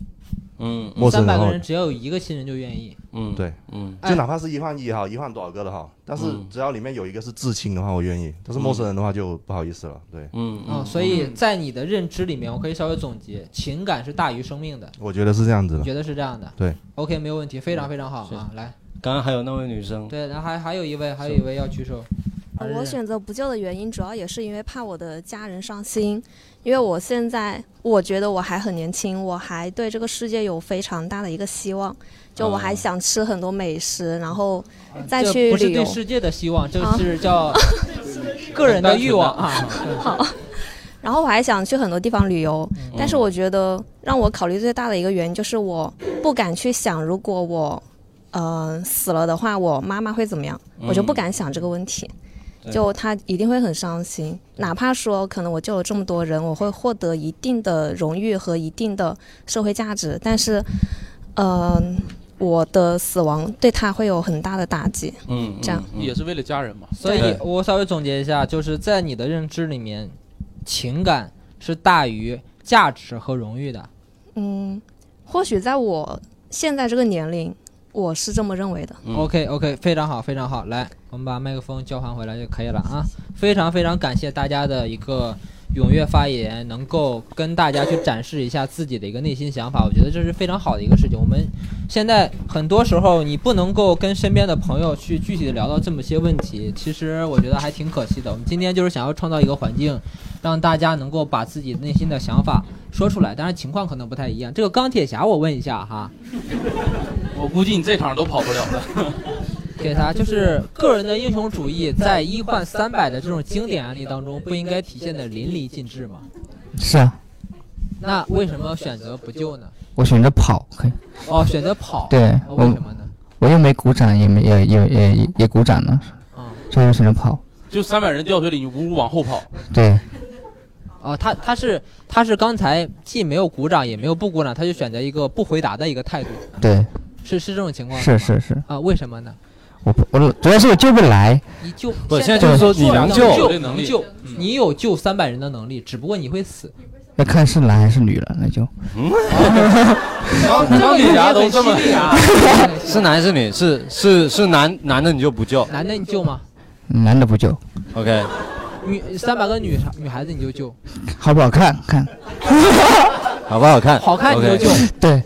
S2: 嗯
S11: 陌
S1: 三
S11: 生
S1: 百
S11: 人
S1: 个
S11: 哦
S1: 人只要有一个新人就愿意。哎
S2: 嗯，
S11: 对，
S2: 嗯，
S11: 就哪怕是一换一哈，一换多少个的哈，但是
S2: 嗯
S11: 只要里面有一个是至亲的话，我愿意；但是陌生人的话就不好意思了。对，
S2: 嗯
S1: 啊、所以在你的认知里面，我可以稍微总结，情感是大于生命的，
S11: 我觉得是这样子
S1: 你觉
S11: 的。
S1: 得是这样的
S11: 对，
S1: ？OK，没有问题，非常非常好啊！来，
S2: 刚刚还有那位女生，
S1: 对，然后还还有一位，还有一位要举手。啊还是
S12: 我选择不救的原因，主要也是因为怕我的家人伤心，因为我现在我觉得我还很年轻，我还对这个世界有非常大的一个希望，就我还想吃很多美食，然后再
S1: 嗯啊这
S12: 去
S1: 不是
S12: 旅游
S1: 对。 世界的希望，这
S12: 啊
S1: 是叫个人的欲望啊。嗯
S12: 好， 然后我还想去很多地方旅游，但是我觉得让我考虑最大的一个原因就是我不敢去想，如果我呃死了的话，我妈妈会怎么样？我就不
S8: 嗯
S12: 敢想这个问题。
S8: 对
S12: 就她一定会很伤心，哪怕说可能我救了这么多人，我会获得一定的荣誉和一定的社会价值，但是，呃，我的死亡对她会有很大的打击。
S2: 嗯
S12: 这样
S3: 也是为了家人嘛。
S1: 所以
S3: 对
S1: 我稍微总结一下，就是在你的认知里面，情感是大于价值和荣誉的。
S12: 嗯，或许在我现在这个年龄，我是这么认为的。
S1: OK OK，非常好，非常好。来，我们把麦克风交还回来就可以了啊！非常非常感谢大家的一个踊跃发言，能够跟大家去展示一下自己的一个内心想法，我觉得这是非常好的一个事情。我们现在很多时候你不能够跟身边的朋友去具体的聊到这么些问题，其实我觉得还挺可惜的。我们今天就是想要创造一个环境，让大家能够把自己内心的想法说出来，当然情况可能不太一样。这个钢铁侠，我问一下哈，
S3: 我估计你这场都跑不了了。
S1: 给他就是个人的英雄主义在一换三百的这种经典案例当中，不应该体现的淋漓尽致吗？
S6: 是啊，
S1: 那为什么选择不救呢？
S6: 我选择跑，可以。
S1: 哦，选择跑。
S6: 对，
S1: 哦
S6: 我
S1: 为什么呢？
S6: 我又没鼓掌，也没也也也也也鼓掌了，
S2: 嗯
S6: 所以我选择跑。
S3: 就三百人掉水里，你呜呜往后跑。
S6: 对，
S1: 哦，他他是他是刚才既没有鼓掌也没有不鼓掌，他就选择一个不回答的一个态度。
S6: 对，
S1: 是是这种情况吗。
S6: 是是是，
S1: 啊，为什么呢？
S6: 我不我主要是我救不来。
S1: 你救，
S6: 不现在就是说你能救
S1: 救能救，你有救三百人的能力，只不过你会死。
S6: 要看是男还是女了，那就。
S1: 这个也很犀利啊！
S2: 是男是女？是是是男男的你就不救
S1: 男的你救吗？
S6: 男的不救，
S2: ，OK？
S1: 女三百个女女孩子你就救，
S6: 好不好看？ 看
S2: 好不好看？
S1: 好看你就
S2: OK
S1: 救，
S6: 对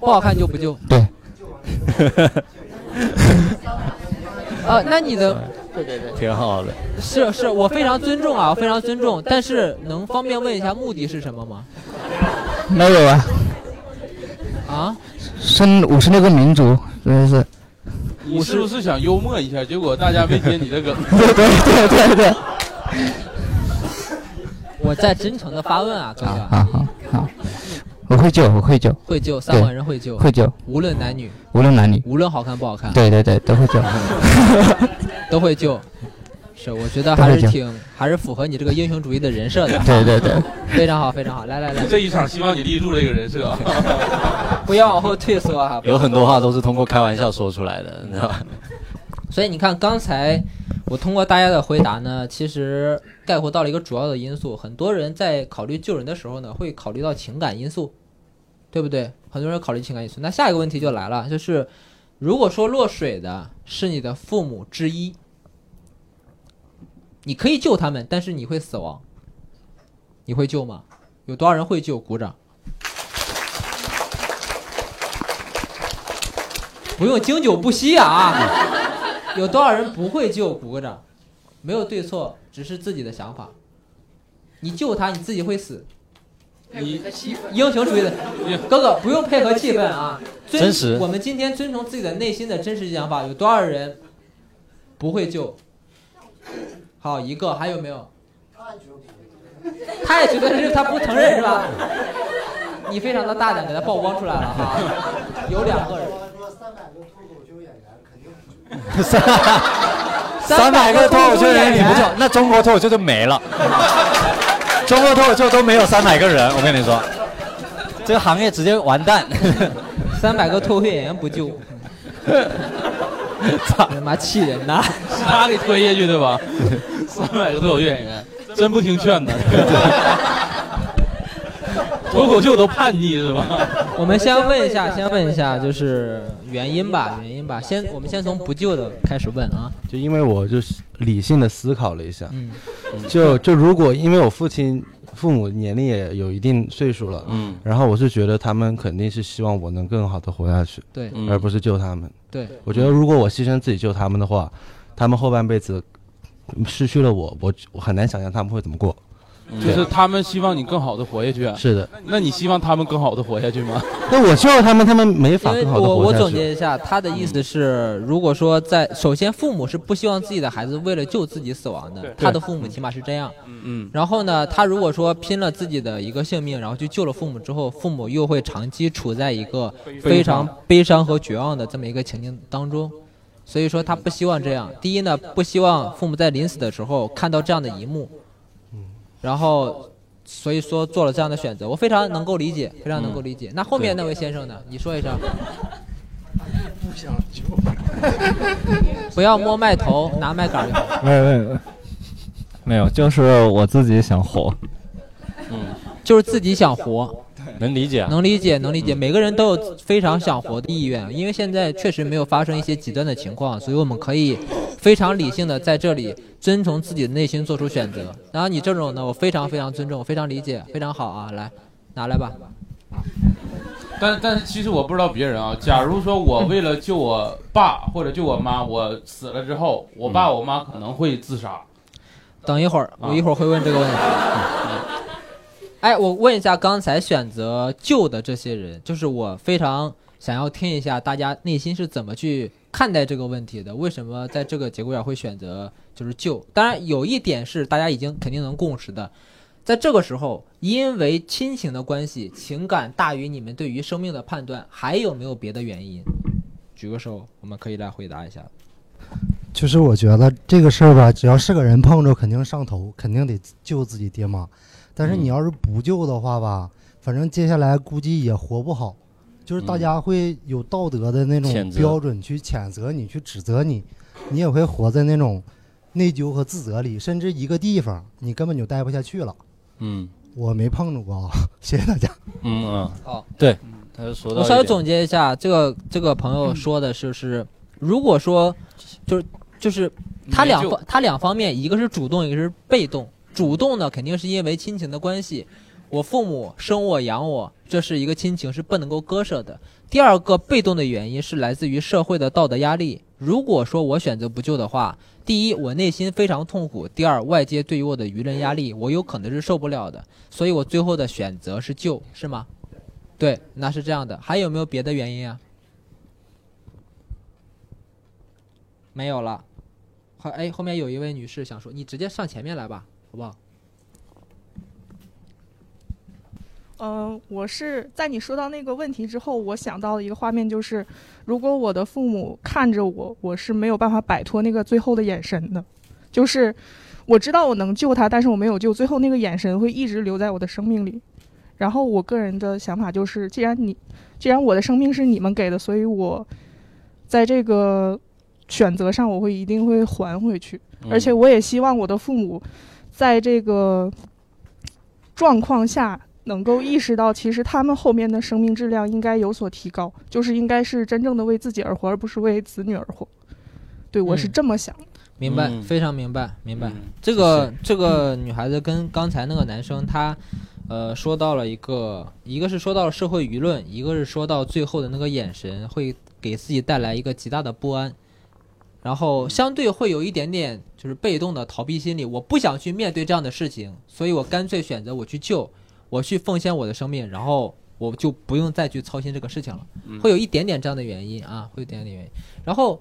S1: 不好看就不救。
S6: 对。
S1: 呃，那你的
S2: 对对对， 挺好的。
S1: 是是我非常尊重啊，我非常尊重，但是能方便问一下目的是什么吗？
S6: 没有啊，
S1: 啊，
S6: 生五十六个民族，真的是。
S3: 你是不是想幽默一下？结果大家没接你的梗。
S6: 对对对对对。
S1: 我在真诚的发问啊，哥哥，
S6: 好好好，我会救，我会救，
S1: 会救
S6: 对
S1: 三万人会救，
S6: 会救，
S1: 无论男女，
S6: 无论男女，
S1: 无论好看不好看，
S6: 对对对，都会 救。
S1: 都会救。是，我觉得
S6: 都会
S1: 还是
S6: 救
S1: 挺还是符合你这个英雄主义的人设的。
S6: 对对对，
S1: 非常好，非常好，来来来，
S3: 这一场希望你立住这个人设啊。
S1: 不要往后退缩哈。
S2: 有很多话都是通过开玩笑说出来的，你知道吧？
S1: 所以你看，刚才我通过大家的回答呢，其实概括到了一个主要的因素。很多人在考虑救人的时候呢，会考虑到情感因素，对不对？很多人考虑情感因素。那下一个问题就来了，就是如果说落水的是你的父母之一，你可以救他们，但是你会死亡，你会救吗？有多少人会救？鼓掌。不用经久不息啊！有多少人不会救？鼓个掌，没有对错，只是自己的想法。你救他，你自己会死。
S3: 你
S1: 英雄主义的哥哥不用配合气氛啊，遵
S2: 真实
S1: 我们今天遵从自己的内心的真实想法，有多少人不会救？好，一个，还有没有？ 他也觉得是他不承认是吧？你非常的大胆，给他曝光出来了哈。有两个人，
S2: 三百个脱口秀演员你不救，那中国脱口秀就没了。中国脱口秀都没有三百个人，我跟你说， 这个行业直接完蛋。
S1: 三百个脱口秀演员不救，操 他妈气人呐！
S3: 是他给推下去的 吧？三百个脱口秀演员，真不听劝的。脱口秀都叛逆是吧？
S1: 我们先问一下，先问一下，就是原因吧，原因吧。先，我们先从不救的开始问啊。
S4: 就因为我就是理性的思考了一下，
S1: 嗯，
S4: 就就如果因为我父亲父母年龄也有一定岁数了，
S2: 嗯，
S4: 然后我是觉得他们肯定是希望我能更好的活下去，
S1: 对
S2: 嗯
S4: 而不是救他们。
S1: 对
S4: 我觉得如果我牺牲自己救他们 的话，他们后半辈子失去了我，我我很难想象他们会怎么过。
S1: 嗯
S3: 就是他们希望你更好的活下去。啊
S4: 是的，
S3: 那你希望他们更好的活下去吗？
S4: 那我救他们，他们没法
S1: 因为
S4: 更好的
S1: 我我
S4: 活下
S1: 总
S4: 去。
S1: 结一下，他的意思是，如果说在首先父母是不希望自己的孩子为了救自己死亡的，他的父母起码是这样。
S3: 嗯，
S1: 然后呢，他如果说拼了自己的一个性命，然后去救了父母之后，父母又会长期处在一个非常悲伤和绝望的这么一个情境当中。所以说他不希望这样。第一呢，不希望父母在临死的时候看到这样的一幕，然后所以说做了这样的选择，我非常能够理解，非常能够理解。那后面那位先生呢？你说一声。
S13: 不想救。
S1: 不要摸麦头，拿麦杆就好。
S14: 没有没有没有，就是我自己想活。
S1: 就是自己想活，
S2: 能理解啊，
S1: 能理解，能理解。每个人都有非常想活的意愿，因为现在确实没有发生一些极端的情况，所以我们可以非常理性的在这里遵从自己的内心做出选择。然后你这种呢，我非常非常尊重，非常理解，非常好啊，来，拿来吧。
S3: 但但是其实我不知道别人啊。假如说我为了救我爸或者救我妈，我死了之后，我
S6: 嗯
S3: 爸我妈可能会自杀。
S1: 等一会儿，我一会儿会问这个问题。嗯哎，我问一下，刚才选择救的这些人，就是我非常想要听一下大家内心是怎么去看待这个问题的？为什么在这个节骨眼儿会选择就是救？当然，有一点是大家已经肯定能共识的，在这个时候，因为亲情的关系，情感大于你们对于生命的判断，还有没有别的原因？举个手，我们可以来回答一下。
S15: 就是我觉得这个事儿吧，只要是个人碰着，肯定上头，肯定得救自己爹妈。但
S2: 嗯
S15: 是你要是不救的话吧，反正接下来估计也活不好。就是大家会有道德的那种
S2: 嗯谴责
S15: 标准去谴责你，去指责你，你也会活在那种内疚和自责里，甚至一个地方你根本就待不下去了。
S2: 嗯
S15: 我没碰着过啊，谢谢大家。
S2: 嗯嗯，
S1: 好，
S2: 对，嗯他就说到
S1: 我
S2: 一
S1: 稍微
S2: 点
S1: 总结一下，这个这个朋友说的就是，如果说就是就是他两
S16: 没
S1: 方
S16: 救
S1: 他两方面，一个是主动，一个是被动。主动呢，肯定是因为亲情的关系，我父母生我养我，这是一个亲情是不能够割舍的。第二个被动的原因是来自于社会的道德压力。如果说我选择不救的话，第一，我内心非常痛苦；第二，外界对于我的舆论压力，我有可能是受不了的。所以我最后的选择是救，是吗？对，那是这样的。还有没有别的原因啊？没有了。好，哎，后面有一位女士想说，你直接上前面来吧，好不好？
S17: 嗯、我是在你说到那个问题之后，我想到的一个画面就是，如果我的父母看着我，我是没有办法摆脱那个最后的眼神的，就是我知道我能救他，但是我没有救，最后那个眼神会一直留在我的生命里。然后我个人的想法就是，既然你，既然我的生命是你们给的，所以我在这个选择上，我会一定会还回去，
S18: 嗯
S17: 而且我也希望我的父母在这个状况下能够意识到，其实他们后面的生命质量应该有所提高，就是应该是真正的为自己而活，而不是为子女而活。对我是
S1: 嗯
S17: 这么想的。
S1: 明白，
S17: 嗯
S1: 非常明白，明白。
S17: 嗯
S1: 这个这个女孩子跟刚才那个男生，他呃说到了一个，一个是说到了社会舆论，一个是说到最后的那个眼神会给自己带来一个极大的不安，然后相对会有一点点就是被动的逃避心理，我不想去面对这样的事情，所以我干脆选择我去救，我去奉献我的生命，然后我就不用再去操心这个事情了，
S17: 嗯
S1: 会有
S6: 嗯
S1: 一点点这样的原因啊，会有一点点原因，然后。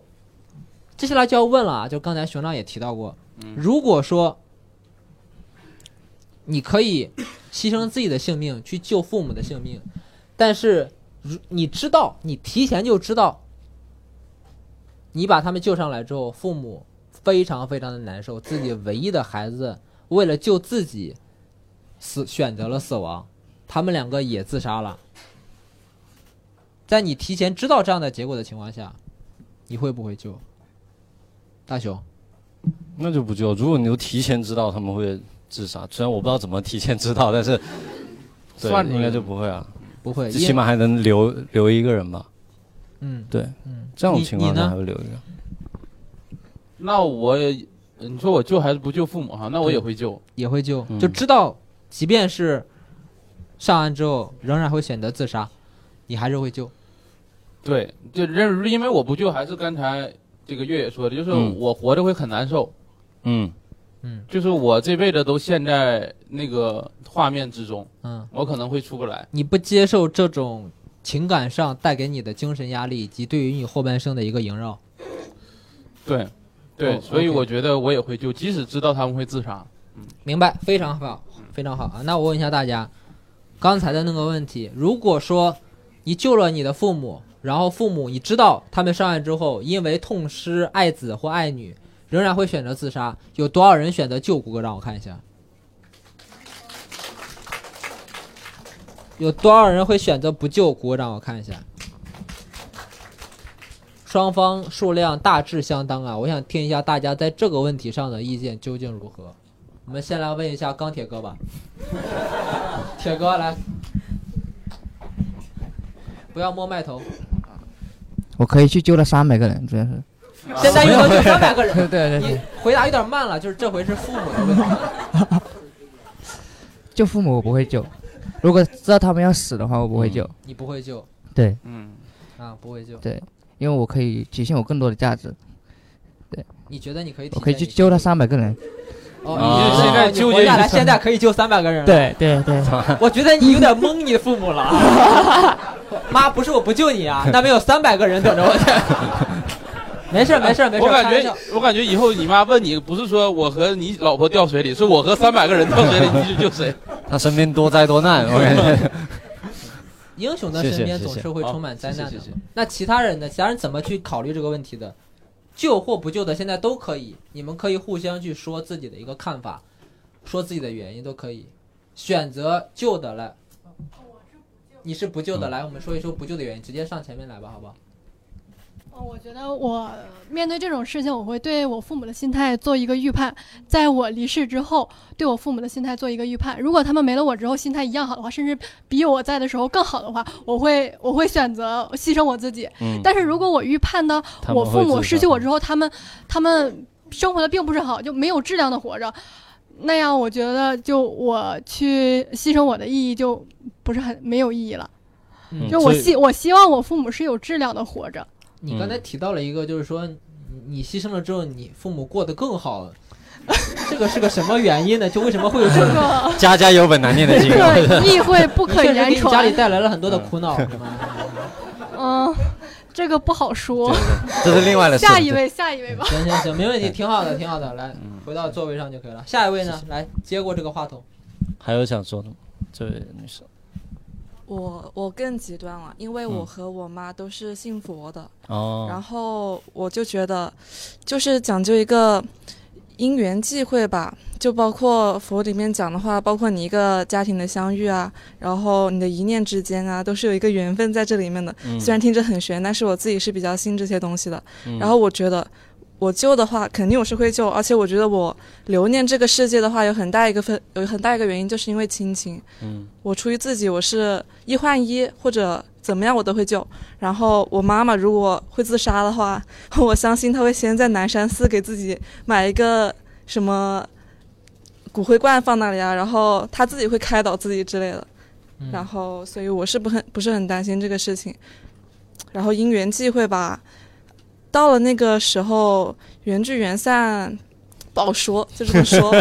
S1: 接下来就要问了啊，就刚才熊亮也提到过，如果说你可以牺牲自己的性命去救父母的性命，但是如你知道，你提前就知道，你把他们救上来之后，父母非常非常的难受，自己唯一的孩子为了救自己死选择了死亡，他们两个也自杀了。在你提前知道这样的结果的情况下，你会不会救？大熊，
S2: 那就不救。如果你都提前知道他们会自杀，虽然我不知道怎么提前知道，但是对
S1: 算出来
S2: 应该就不会啊，
S1: 不会
S2: 最
S1: 因为
S2: 起码还能留留一个人吧。
S1: 嗯，
S2: 对，
S1: 嗯
S2: 这种
S3: 你
S2: 情
S3: 你
S2: 况下
S3: 呢
S2: 还会留一个。
S3: 那我也，你说我救还是不救父母哈？那我也会救。
S1: 也会救，
S6: 嗯
S3: 嗯
S1: 就知道，即便是上岸之后，仍然会选择自杀，你还是会救。
S3: 对，就认因为我不救，还是刚才这个越野说的，就是
S2: 嗯
S3: 我活着会很难受。
S2: 嗯，
S1: 嗯，
S3: 就是我这辈子都陷在那个画面之中，
S1: 嗯，
S3: 我可能会出不来。
S1: 你不接受这种情感上带给你的精神压力，以及对于你后半生的一个萦绕。
S3: 对，对，
S1: 哦
S3: 所以
S1: OK
S3: 我觉得我也会救，即使知道他们会自杀。
S1: 明白，非常好，非常好啊。那我问一下大家，刚才的那个问题，如果说你救了你的父母，然后父母你知道他们上岸之后，因为痛失爱子或爱女，仍然会选择自杀，有多少人选择救？谷歌让我看一下，有多少人会选择不救？谷歌让我看一下。双方数量大致相当啊，我想听一下大家在这个问题上的意见究竟如何。我们先来问一下钢铁哥吧，铁哥来，不要摸麦头。
S6: 啊我可以去救了三百个人，主要是。
S1: 现在一共就三百个人，
S6: 对对
S1: 你
S6: 对，
S1: 回答有点慢了，就是这回是父母的问题。
S6: 救父母我不会救，如果知道他们要死的话，我 不会救。
S1: 你不会救，
S6: 对，
S3: 嗯，
S1: 啊，不会救，
S6: 对，，因为我可以体现我更多的价值。对，
S1: 你觉得你可以体
S6: 我可以
S1: 现
S6: 去
S1: 你
S6: 救了三百个人。
S1: 哦，
S6: 啊
S1: 你是
S6: 现在
S1: 哦你
S6: 纠
S1: 活
S6: 结
S1: 下
S6: 于
S1: 来，
S6: 三
S1: 现在可以救三百个人了。
S6: 对对对，
S1: 我觉得你有点蒙你的父母了。 妈，不是我不救你啊，那边有三百个人等着我去。 没事儿没事儿没事儿，
S3: 我感
S1: 开玩笑
S3: 觉，我感觉以后你妈问你，不是说我和你老婆掉水里，是我和三百个人掉水里，你去救谁？
S2: 他身边多灾多难，我感 觉。
S1: 英雄的
S2: 谢谢
S1: 身边
S2: 谢哦
S1: 总
S2: 谢
S1: 是会充满灾难
S2: 好谢
S1: 的
S2: 谢谢谢。
S1: 那其他人呢？其他人怎么去考虑这个问题的？救或不救的，现在都可以，你们可以互相去说自己的一个看法，说自己的原因都可以。选择救的来，
S16: 嗯
S1: 你是不救的，来，我们说一说不救的原因，直接上前面来吧，好不好？
S16: 哦，我觉得我面对这种事情，我会对我父母的心态做一个预判，在我离世之后，对我父母的心态做一个预判。如果他们没了我之后心态一样好的话，甚至比我在的时候更好的话，我会我会选择牺牲我自己。
S18: 嗯
S16: 但是如果我预判到
S18: 他们
S16: 我
S18: 会
S16: 父母
S18: 自杀
S16: 失去我之后，他们他们生活的并不是好，就没有质量的活着，那样我觉得就我去牺牲我的意义就不是很没有意义了。
S1: 嗯
S16: 就我
S1: 所以
S16: 希我希望我父母是有质量的活着。
S1: 你刚才
S2: 嗯
S1: 提到了一个，就是说你你牺牲了之后，你父母过得更好，这个是个什么原因呢？就为什么会有这种
S2: 家家有本难念的经。啊
S16: 对意会不可
S1: 你确实
S16: 言
S1: 给你家里
S16: 传
S1: 带来了很多的苦恼，是吗？
S16: 嗯，这个不好说。
S2: 这是另外的事
S16: 下一位，下一位吧。
S1: 行行行，没
S2: 嗯
S1: 问题，挺好的，挺好的。来，回到座位上就可以了。下一位呢？来接过这个话筒。
S2: 还有想说的吗？这位女士，
S18: 我我更极端了，因为我
S2: 嗯
S18: 和我妈都是信佛的，
S2: 哦
S18: 然后我就觉得，就是讲究一个因缘际会吧，就包括佛里面讲的话，包括你一个家庭的相遇啊，然后你的一念之间啊，都是有一个缘分在这里面的。
S19: 嗯
S18: 虽然听着很玄，但是我自己是比较信这些东西的。
S19: 嗯
S18: 然后我觉得。我救的话，肯定我是会救，而且我觉得我留念这个世界的话，有很大一个分，有很大一个原因，就是因为亲情。
S2: 嗯，
S18: 我出于自己，我是一换一或者怎么样，我都会救。然后我妈妈如果会自杀的话， 我相信她会先在南山寺给自己买一个什么骨灰罐放那里啊，然后她自己会开导自己之类的。
S1: 嗯
S18: 然后，所以我是不很不是很担心这个事情。然后因缘际会吧，到了那个时候缘聚缘散，不好说，就这么 说。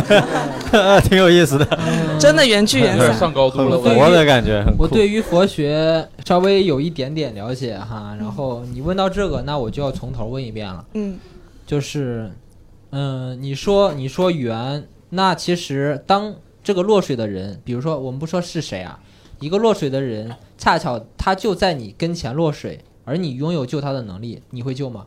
S2: 挺有意思的，
S18: 真的原剧原
S2: 有点
S18: 散
S2: 上高度了
S1: 我对于
S2: 活的感觉很酷
S1: 我对于佛学稍微有一点点了解哈，然后你问到这个，那我就要从头问一遍了。
S18: 嗯，
S1: 就是，嗯，你说你说缘，那其实当这个落水的人，比如说我们不说是谁啊，一个落水的人，恰巧他就在你跟前落水，而你拥有救他的能力，你会救吗？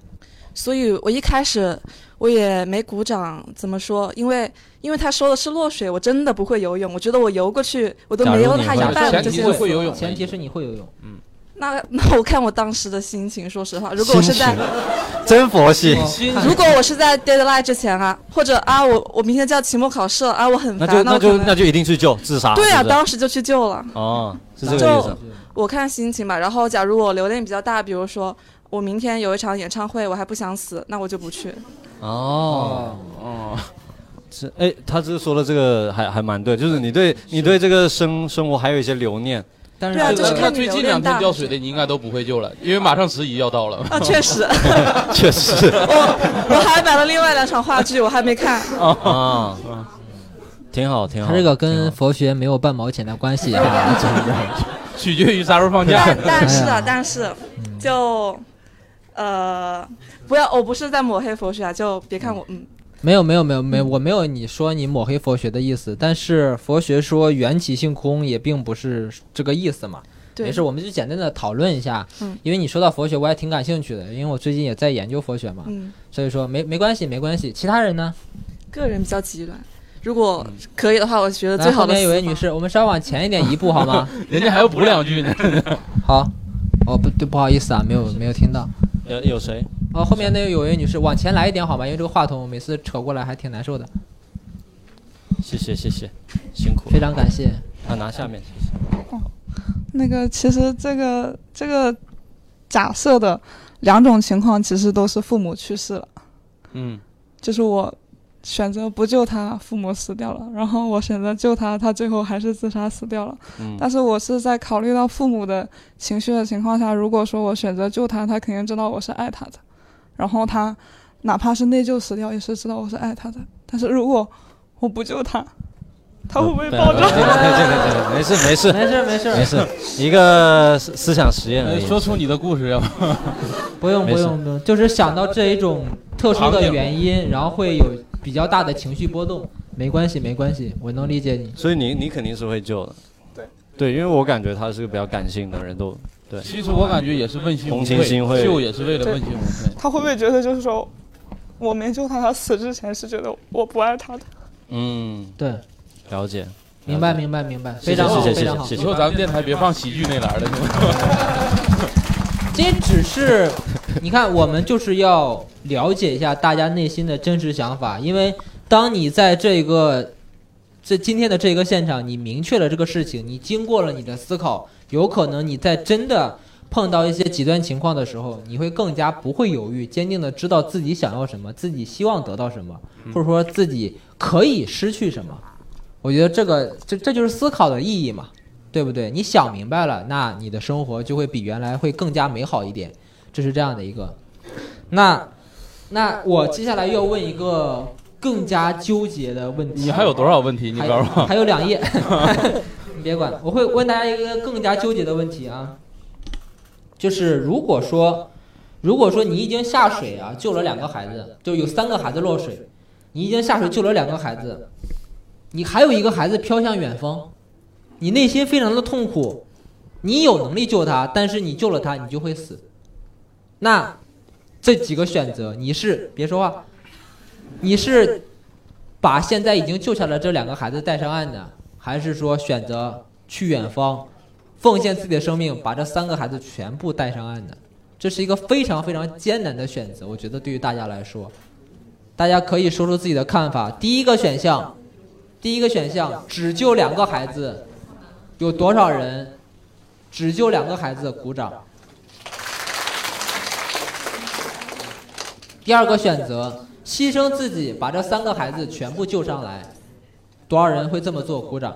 S18: 所以我一开始我也没鼓掌，怎么说？因为因为他说的是落水，我真的不会游泳，我觉得我游过去我都没有他一半我就先死了
S1: 前提是你会游泳。嗯，
S18: 那那我看我当时的心情，说实话，如果我是在
S2: 心情真佛系，
S18: 如果我是在 deadline 之前啊，或者啊我我明天就要期末考试了啊，我很
S2: 那
S18: 烦，
S2: 就那
S18: 我
S2: 就
S18: 可能
S2: 那就一定去救自杀。
S18: 对
S2: 是
S18: 啊，
S2: 不是
S18: 当时就去救了。
S2: 哦，是这个意思。
S18: 我看心情吧。然后，假如我留恋比较大，比如说我明天有一场演唱会，我还不想死，那我就不去。
S2: 哦哦，是哎，他这说的这个还还蛮对，就是你对你对这个生生活还有一些留念，，
S1: 但是
S18: 啊
S3: 这
S1: 这
S3: 个
S1: 个
S3: 那最近两天掉水的你应该都不会救了，因为马上十一要到了。
S18: 啊，确 实
S2: 确实
S18: 我我还买了另外两场话剧，我还没 看。
S1: 哦
S2: 啊，挺好，挺好。
S1: 他这个跟佛学没有半毛钱的关 系啊，
S3: 取决于啥时候放假
S18: 但但是
S1: 哎
S18: 啊，但是
S1: 嗯
S18: 就呃，不要，我不是在抹黑佛学啊，就别看我，嗯，
S1: 没有没有没有没有，我没有你说你抹黑佛学的意思，但是佛学说缘起性空也并不是这个意思嘛。
S18: 对
S1: 没事，我们就简单的讨论一下，
S18: 嗯
S1: 因为你说到佛学，我还挺感兴趣的，因为我最近也在研究佛学嘛，
S18: 嗯
S1: 所以说没没关系，没关系。其他人呢？
S18: 个人比较极端。如果可以的话，我觉得
S1: 嗯来
S18: 最好
S1: 后
S18: 的
S1: 面有
S18: 死
S1: 位女士，我们稍往前一点一步好吗？
S3: 人家还要补两句呢。
S1: 好，哦不对，不好意思啊，没有没有听到。
S2: 有有谁？
S1: 哦，后面那有位女士往前来一点好吗？因为这个话筒每次扯过来还挺难受的，
S2: 谢谢谢谢，辛苦了。
S1: 非常感谢。
S2: 啊，拿下面，谢谢。
S19: 那个其实这个这个假设的两种情况，其实都是父母去世了，
S2: 嗯，
S19: 就是我选择不救他，父母死掉了，然后我选择救他，他最后还是自杀死掉了。
S2: 嗯
S19: 但是我是在考虑到父母的情绪的情况下，如果说我选择救他，他肯定知道我是爱他的，然后他哪怕是内疚死掉，也是知道我是爱他的。但是如果我不救他，他会不会爆炸？
S2: 对对对对对，没事没事
S1: 没事没事
S2: 没事，一个思思想实验而已。
S3: 哎说出你的故事要不？
S1: 不用不用不用，就是想到这一种特殊的原因，然后会有比较大的情绪波动。没关系没关系，我能理解你。
S2: 所以你你肯定是会救的。对对，因为我感觉他是个比较感性的人，都对。
S3: 其实我感觉也是问心无
S2: 同情心
S3: 愧，
S2: 会
S3: 救也是为了问心无愧。
S19: 他会不会觉得就是说，我没救他，他死之前是觉得我不爱他的？
S2: 嗯，
S1: 对，
S2: 了解。
S1: 明白明白明白，
S2: 谢谢
S1: 非常好
S2: 谢谢
S1: 非常好嗯
S2: 谢。谢
S3: 以后咱们电台别放喜剧那栏了，行 吗？
S1: 这只是，你看，我们就是要了解一下大家内心的真实想法，因为当你在这个这今天的这个现场，你明确了这个事情，你经过了你的思考，有可能你在真的碰到一些极端情况的时候，你会更加不会犹豫，坚定的知道自己想要什么，自己希望得到什么，或者说自己可以失去什么。我觉得这个这这就是思考的意义嘛，对不对？你想明白了，那你的生活就会比原来会更加美好一点，这是这样的一个。那那我接下来要问一个更加纠结的问题。
S3: 你还有多少问题？你
S1: 还
S3: 告诉我。
S1: 还有两页， 你别管，我会问大家一个更加纠结的问题啊，就是如果说，如果说你已经下水啊，救了两个孩子，就有三个孩子落水，你已经下水救了两个孩子，你还有一个孩子飘向远方，你内心非常的痛苦，你有能力救他，但是你救了他，你就会死。那这几个选择，你是别说话，你是把现在已经救下来这两个孩子带上岸呢，还是说选择去远方，奉献自己的生命，把这三个孩子全部带上岸呢？这是一个非常非常艰难的选择，我觉得对于大家来说，大家可以说出自己的看法。第一个选项，第一个选项只救两个孩子，有多少人只救两个孩子？鼓掌。第二个选择，牺牲自己把这三个孩子全部救上来，多少人会这么做？鼓掌。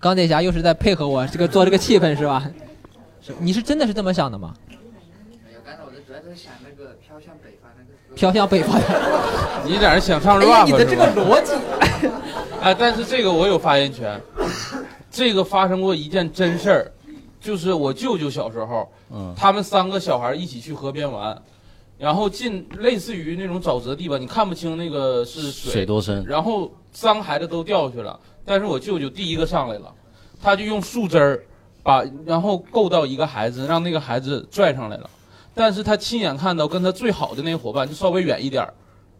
S1: 钢铁侠又是在配合我这个做这个气氛是吧？是你是真的是这么想的吗？飘向北方。
S3: 你 在这想唱
S1: 哎
S3: rap
S1: 呀，你的
S3: 是
S1: 这个
S3: 吧
S1: 逻辑，
S3: 哎，但是这个我有发言权。这个发生过一件真事儿，就是我舅舅小时候，
S2: 嗯
S3: 他们三个小孩一起去河边玩，然后进类似于那种沼泽地吧，你看不清那个是水
S2: 水多深
S3: 然后三个孩子都掉下去了，但是我舅舅第一个上来了，他就用树枝儿把，然后够到一个孩子，让那个孩子拽上来了。但是他亲眼看到跟他最好的那个伙伴就稍微远一点儿，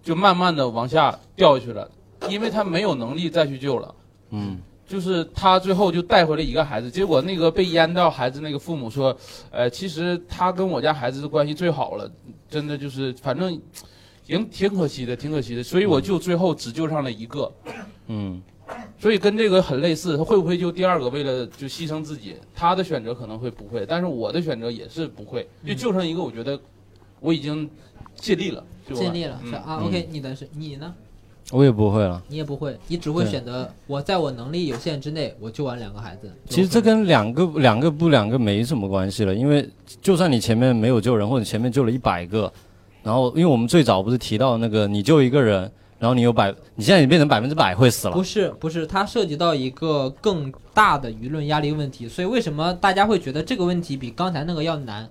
S3: 就慢慢的往下掉下去了，因为他没有能力再去救了。
S2: 嗯，
S3: 就是他最后就带回了一个孩子，结果那个被淹到孩子那个父母说，呃，其实他跟我家孩子的关系最好了，真的就是反正，挺挺可惜的，挺可惜的，所以我就最后只救上了一个，
S2: 嗯，
S3: 所以跟这个很类似，他会不会救第二个？为了就牺牲自己，他的选择可能会不会，但是我的选择也是不会，就救上一个，我觉得我已经尽力了，对吧
S1: 尽力了
S3: 嗯
S1: 是啊。
S3: 嗯
S1: OK，你的是你呢？
S2: 我也不会了。
S1: 你也不会，你只会
S2: 对
S1: 选择我在我能力有限之内，我就玩两个孩子。
S2: 其实这跟两个两个不两个没什么关系了，因为就算你前面没有救人，或者前面救了一百个，然后因为我们最早不是提到那个你救一个人，然后你有百，你现在你变成百分之百会死了
S1: 不。是不是，它涉及到一个更大的舆论压力问题，所以为什么大家会觉得这个问题比刚才那个要难？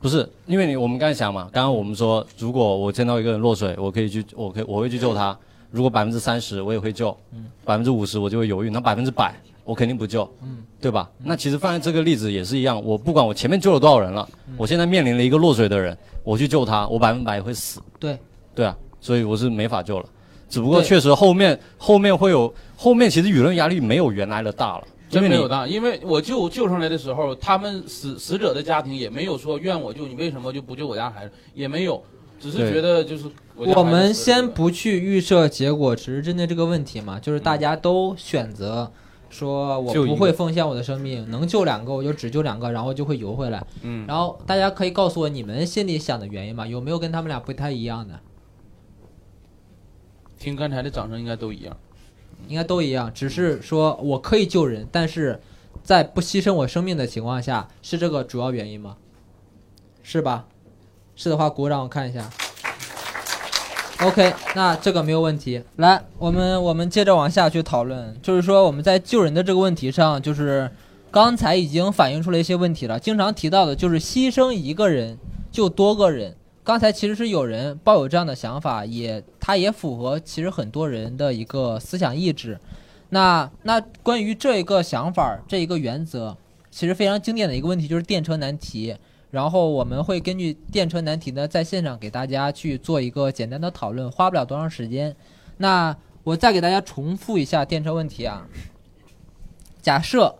S2: 不是，因为你我们刚才想嘛，刚刚我们说，如果我见到一个人落水，我可以去，我可以我会去救他。如果百分之三十我也会救，百分之五十我就会犹豫，那百分之百我肯定不救，
S1: 嗯
S2: 对吧？那其实放在这个例子也是一样，我不管我前面救了多少人了，
S1: 嗯
S2: 我现在面临了一个落水的人，我去救他，我百分之百会死，
S1: 对
S2: 对啊，所以我是没法救了。只不过
S3: 对
S2: 确实后面后面会有后面其实舆论压力没有原来的大了，
S3: 真
S2: 因为
S3: 没
S2: 你
S3: 有大，因为我救救上来的时候，他们死死者的家庭也没有说怨我救你，为什么就不救我家孩子，也没有，只是
S1: 对
S3: 觉得就是家孩子
S1: 我们先不去预设结果，只是针对这个问题嘛，就是
S3: 嗯
S1: 大家都选择说我
S3: 就一
S1: 不
S3: 个
S1: 会奉献我的生命，能救两个我就只救两个，然后就会游回来。
S3: 嗯
S1: 然后大家可以告诉我你们心里想的原因嘛，有没有跟他们俩不太一样的？
S3: 听刚才的掌声应该都一样。
S1: 应该都一样，只是说我可以救人，但是在不牺牲我生命的情况下，是这个主要原因吗？是吧？是的话，鼓掌，我看一下。OK，那这个没有问题。来，我们我们接着往下去讨论，就是说我们在救人的这个问题上，就是刚才已经反映出了一些问题了。经常提到的就是牺牲一个人救多个人。刚才其实是有人抱有这样的想法，也他也符合其实很多人的一个思想意志。那那关于这一个想法儿，这一个原则，其实非常经典的一个问题就是电车难题。然后我们会根据电车难题呢，在现场给大家去做一个简单的讨论，花不了多长时间。那我再给大家重复一下电车问题啊。假设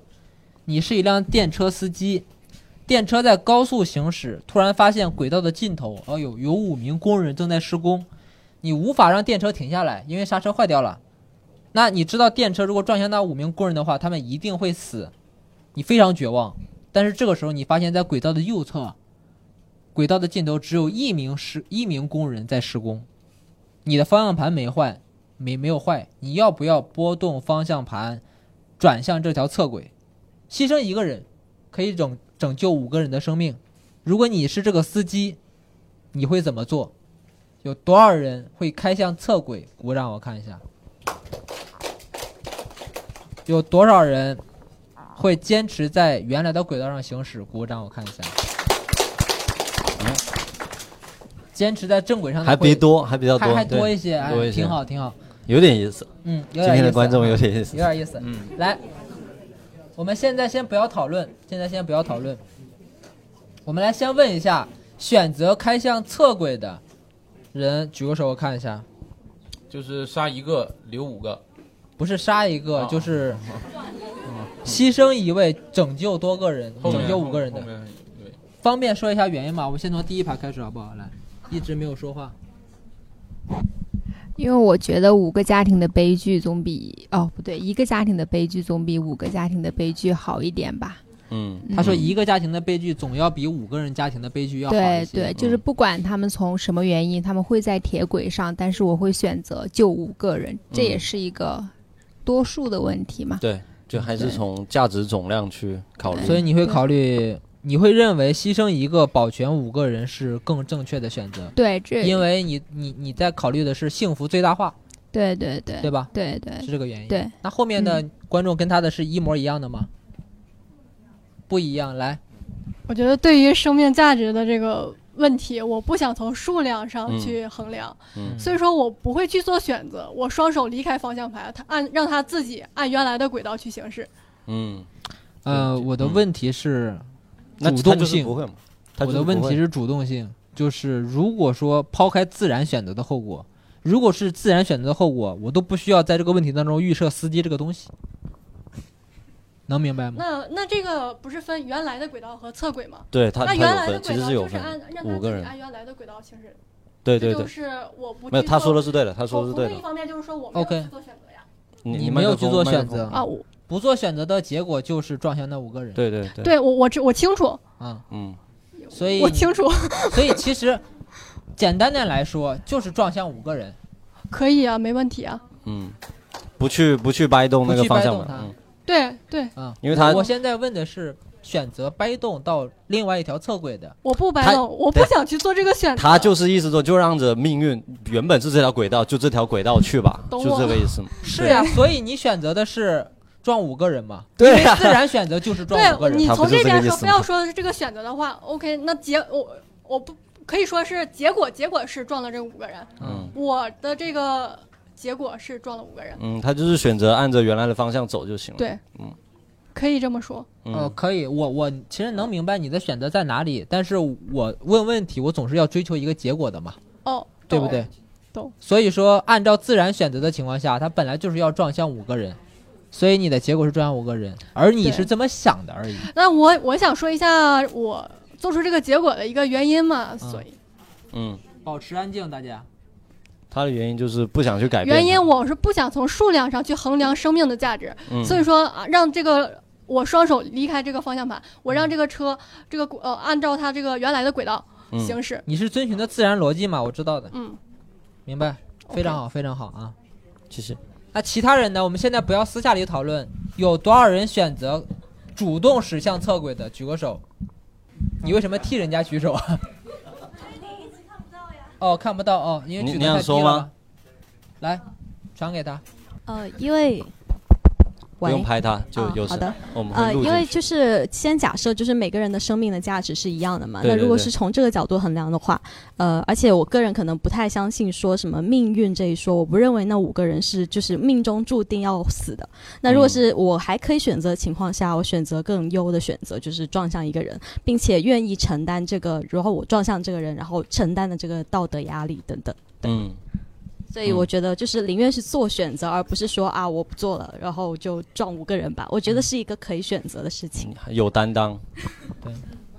S1: 你是一辆电车司机，电车在高速行驶，突然发现轨道的尽头，哦呦，有五名工人正在施工，你无法让电车停下来，因为刹车坏掉了。那你知道电车如果撞向那五名工人的话，他们一定会死，你非常绝望。但是这个时候，你发现在轨道的右侧，轨道的尽头只有一名施一名工人在施工，你的方向盘没坏，没没有坏，你要不要拨动方向盘，转向这条侧轨？牺牲一个人，可以拯拯救五个人的生命。如果你是这个司机，你会怎么做？有多少人会开向侧轨？鼓掌，我看一下。有多少人会坚持在原来的轨道上行驶？鼓掌，我看一下。坚持在正轨上的
S2: 还
S1: 会
S2: 别多还比较多
S1: 还还
S2: 对
S1: 多一些，哎
S2: 多一，些
S1: 挺好，挺好。
S2: 有点意思。
S1: 嗯，有
S2: 今
S1: 点
S2: 天
S1: 意
S2: 的
S1: 思
S2: 观众
S1: 啊
S2: 有点意思
S1: 有点意思。嗯，来，我们现在先不要讨论，现在先不要讨论，我们来先问一下，选择开向侧轨的人，举个手，我看一下，
S3: 就是杀一个留五个，
S1: 不是杀一
S3: 啊
S1: 个，就是牺牲一位，拯救多个人，
S3: 后面
S1: 拯救五个人的
S3: 后。面对，
S1: 方便说一下原因吗？我们先从第一排开始好不好？来，一直没有说话。
S20: 因为我觉得五个家庭的悲剧总比哦不对，一个家庭的悲剧总比五个家庭的悲剧好一点吧。
S2: 嗯
S1: 他说一个家庭的悲剧总要比五个人家庭的悲剧要好一
S20: 对
S1: 些。嗯
S20: 对，就是不管他们从什么原因，他们会在铁轨上，但是我会选择救五个人，这也
S2: 嗯
S20: 是一个多数的问题嘛。
S2: 对，就还是
S20: 对
S2: 从价值总量去考
S20: 哎
S2: 虑。
S1: 所以你会考虑，你会认为牺牲一个保全五个人是更正确的选择。
S20: 对这
S1: 因为你你你在考虑的是幸福最大化，
S20: 对对对，
S1: 对吧？
S20: 对对，
S1: 是这个原因。
S20: 对，嗯
S1: 那后面的观众跟他的是一模一样的吗？不一样，来，
S16: 我觉得对于生命价值的这个问题，我不想从数量上去衡量，
S2: 嗯嗯
S16: 所以说我不会去做选择，我双手离开方向盘，它按让它自己按原来的轨道去行驶。
S2: 嗯，
S1: 呃，我的问题是
S2: 那
S1: 主
S2: 他
S1: 动
S2: 就是
S1: 性，
S2: 不会嘛他
S1: 我
S2: 就是
S1: 的
S2: 不
S1: 问
S2: 会
S1: 题是主动性，就是如果说抛开自然选择的后果，如果是自然选择的后果，我都不需要在这个问题当中预设司机这个东西，能明白吗？
S16: 那那这个不是分原来的轨道和侧轨吗？
S2: 对它
S16: 那
S2: 它有
S16: 原来的轨
S2: 分其实
S16: 道
S2: 是有
S16: 就是
S2: 分
S16: 按让
S2: 五
S16: 它
S2: 个
S16: 自己
S2: 人
S16: 按原来的轨道行驶。
S2: 对对
S16: 这
S2: 对
S16: 就是我不
S2: 没有
S16: 去
S2: 他
S16: 做
S2: 说的是对的他说
S16: 我
S2: 的是
S16: 不
S2: 对
S16: 一
S2: 的
S16: 方面就是说我没有
S1: OK，
S16: 去做选择呀。
S2: 你
S1: 你
S2: 你
S1: 没
S2: 麦
S1: 有
S2: 克
S1: 去
S2: 风
S1: 做
S2: 麦克
S1: 选
S2: 风
S1: 择
S16: 啊我
S1: 不做选择的结果就是撞向那五个人。
S2: 对对对
S16: 对我我知我清楚，
S1: 嗯
S2: 嗯，
S1: 所以
S16: 我清楚。
S1: 所以其实简单点来说，就是撞向五个人。
S16: 可以啊，没问题啊。
S2: 嗯，不去不去掰动那个
S1: 不去
S2: 方
S1: 掰
S2: 向
S1: 动
S2: 盘，
S1: 它
S2: 嗯，
S16: 对对，
S1: 啊，
S2: 因为他
S1: 我我现在问的是选择掰动到另外一条侧轨的，
S16: 我不
S2: 他
S16: 白动，我不
S2: 对
S16: 想去做这个选择。
S2: 他就是意思说，就让着命运原本是这条轨道，就这条轨道去吧，
S1: 懂
S2: 就
S1: 我
S2: 这个意 思嘛。
S1: 是呀、所以你选择的是撞五个人嘛？
S2: 对
S1: 因为
S2: 呀
S1: 自然选择就是撞五
S16: 对
S1: 个人。
S16: 你从
S2: 这
S16: 边
S2: 意
S16: 说
S2: 思
S16: 不
S2: 吗
S16: 要说的是这个选择的话，OK，那结我我不可以说是结果，结果是撞了这五个人。
S2: 嗯，
S16: 我的这个结果是撞了五个人，
S2: 嗯，他就是选择按着原来的方向走就行了。
S16: 对，
S2: 嗯
S16: 可以这么说。
S1: 呃，
S2: 嗯，
S1: 可以，我我其实能明白你的选择在哪里，但是我问问题，我总是要追求一个结果的嘛，
S16: 哦，
S1: 对不对？
S16: 懂？
S1: 所以说，按照自然选择的情况下，他本来就是要撞向五个人，所以你的结果是撞向五个人，而你
S16: 对
S1: 是这么想的而已。
S16: 那我我想说一下我做出这个结果的一个原因嘛，所以
S2: 嗯，
S1: 保持安静，大家。
S2: 他的原因就是不想去改变。
S16: 原因我是不想从数量上去衡量生命的价值，
S2: 嗯
S16: 所以说啊，让这个我双手离开这个方向盘，我让这个车这个轨呃按照它这个原来的轨道
S1: 嗯
S16: 行驶，
S1: 你是遵循的自然逻辑嘛？我知道的，
S16: 嗯，
S1: 明白，非常好，非常好啊。
S2: 谢谢。
S1: 那其他人呢？我们现在不要私下里讨论，有多少人选择主动驶向侧轨的？举个手。你为什么替人家举手啊？哦，看不到哦，因为
S2: 你
S1: 举
S2: 你
S1: 得太
S2: 想
S1: 低
S2: 说
S1: 了嘛
S2: 吗？？
S1: 来，传给他。
S21: 呃，因为
S2: 不用拍他，就
S21: 啊
S2: 有
S21: 好
S2: 事
S21: 的。
S2: 我们
S21: 呃，
S2: 会录
S21: 因为
S2: 进去。
S21: 就是先假设，就是每个人的生命的价值是一样的嘛。
S2: 对对
S21: 那如果
S2: 对
S21: 是从这个角度衡量的话，呃，而且我个人可能不太相信说什么命运这一说，我不认为那五个人是就是命中注定要死的。那
S2: 嗯
S21: 如果是我还可以选择的情况下，我选择更优的选择，就是撞向一个人，并且愿意承担这个，然后我撞向这个人，然后承担的这个道德压力等等。
S2: 嗯，
S21: 所以我觉得就是宁愿是做选择，而不是说啊我不做了，然后就撞五个人吧。我觉得是一个可以选择的事情。
S2: 有担当。
S1: 对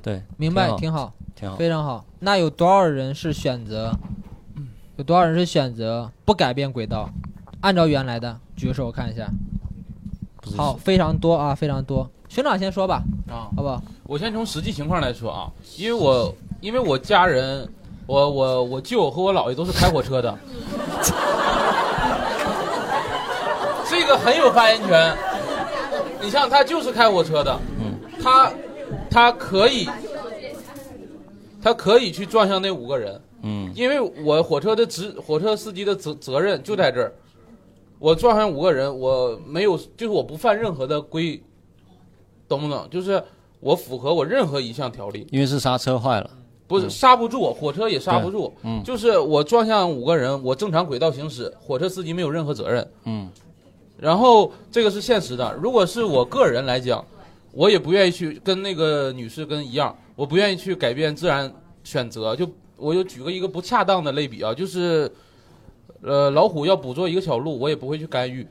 S2: 对，
S1: 明白，
S2: 挺
S1: 挺好，
S2: 挺好。
S1: 非常好。那有多少人是选择？有多少人是选择不改变轨道，按照原来的？举个手，我看一下。好，非常多啊，非常多。学长先说吧，
S3: 啊，
S1: 好不好？
S3: 我先从实际情况来说啊，因为我因为我家人，我我我舅和我姥爷都是开火车的，这个很有发言权。你像他就是开火车的，他他可以他可以去撞向那五个人，
S2: 嗯
S3: 因为我火车的职火车司机的责责任就在这儿，我撞上五个人，我没有就是我不犯任何的规，懂不懂？就是我符合我任何一项条例，
S2: 因为是刹车坏了。
S3: 不是刹不住我，火车也刹不住，
S2: 嗯对嗯
S3: 就是我撞向五个人，我正常轨道行驶，火车司机没有任何责任，
S2: 嗯
S3: 然后这个是现实的。如果是我个人来讲，我也不愿意去跟那个女士跟一样，我不愿意去改变自然选择。就我就举个一个不恰当的类比啊，就是，呃，老虎要捕捉一个小鹿，我也不会去干预。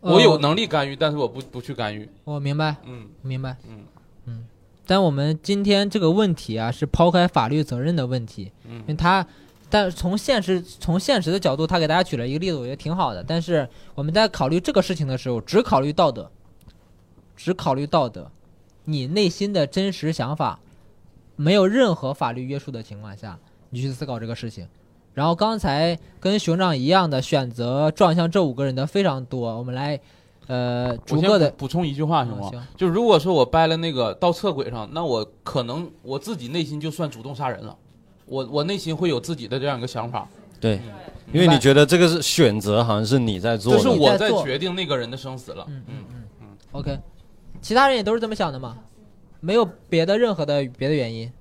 S1: 呃
S3: 我有能力干预，但是我不不去干预。
S1: 我明白，
S3: 嗯，
S1: 明白，
S3: 嗯
S1: 嗯。但我们今天这个问题啊，是抛开法律责任的问题，
S3: 嗯
S1: 因为他，但是从现实从现实的角度，他给大家举了一个例子，我觉得挺好的。但是我们在考虑这个事情的时候，只考虑道德，只考虑道德，你内心的真实想法，没有任何法律约束的情况下，你去思考这个事情。然后刚才跟熊掌一样的选择撞向这五个人的非常多，我们来，呃，
S3: 我
S1: 逐
S3: 先
S1: 个的
S3: 补补充一句话行吗？
S1: 嗯行
S3: 啊就如果说我掰了那个到侧轨上，那我可能我自己内心就算主动杀人了，我我内心会有自己的这样一个想法，
S2: 对，
S1: 嗯
S2: 因为你觉得这个是选择，好像是你在做
S3: 这
S2: 的，
S3: 是我在
S1: 做
S3: 决定那个人的生死了。嗯
S1: OK，其他人也都是这么想的嘛，没有别的任何的别的原因。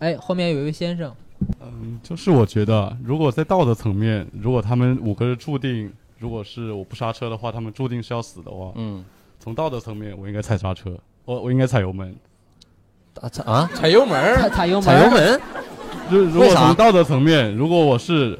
S1: 哎，后面有一位先生，
S22: 嗯就是我觉得，如果在道德层面，如果他们五个人注定，如果是我不刹车的话，他们注定是要死的话，
S2: 嗯，
S22: 从道德层面，我应该踩刹车，我我应该踩油门，
S2: 啊踩啊
S3: 踩油门
S1: 踩踩油门
S22: 踩油门，就如果
S1: 为啥
S22: 从道德层面，如果我是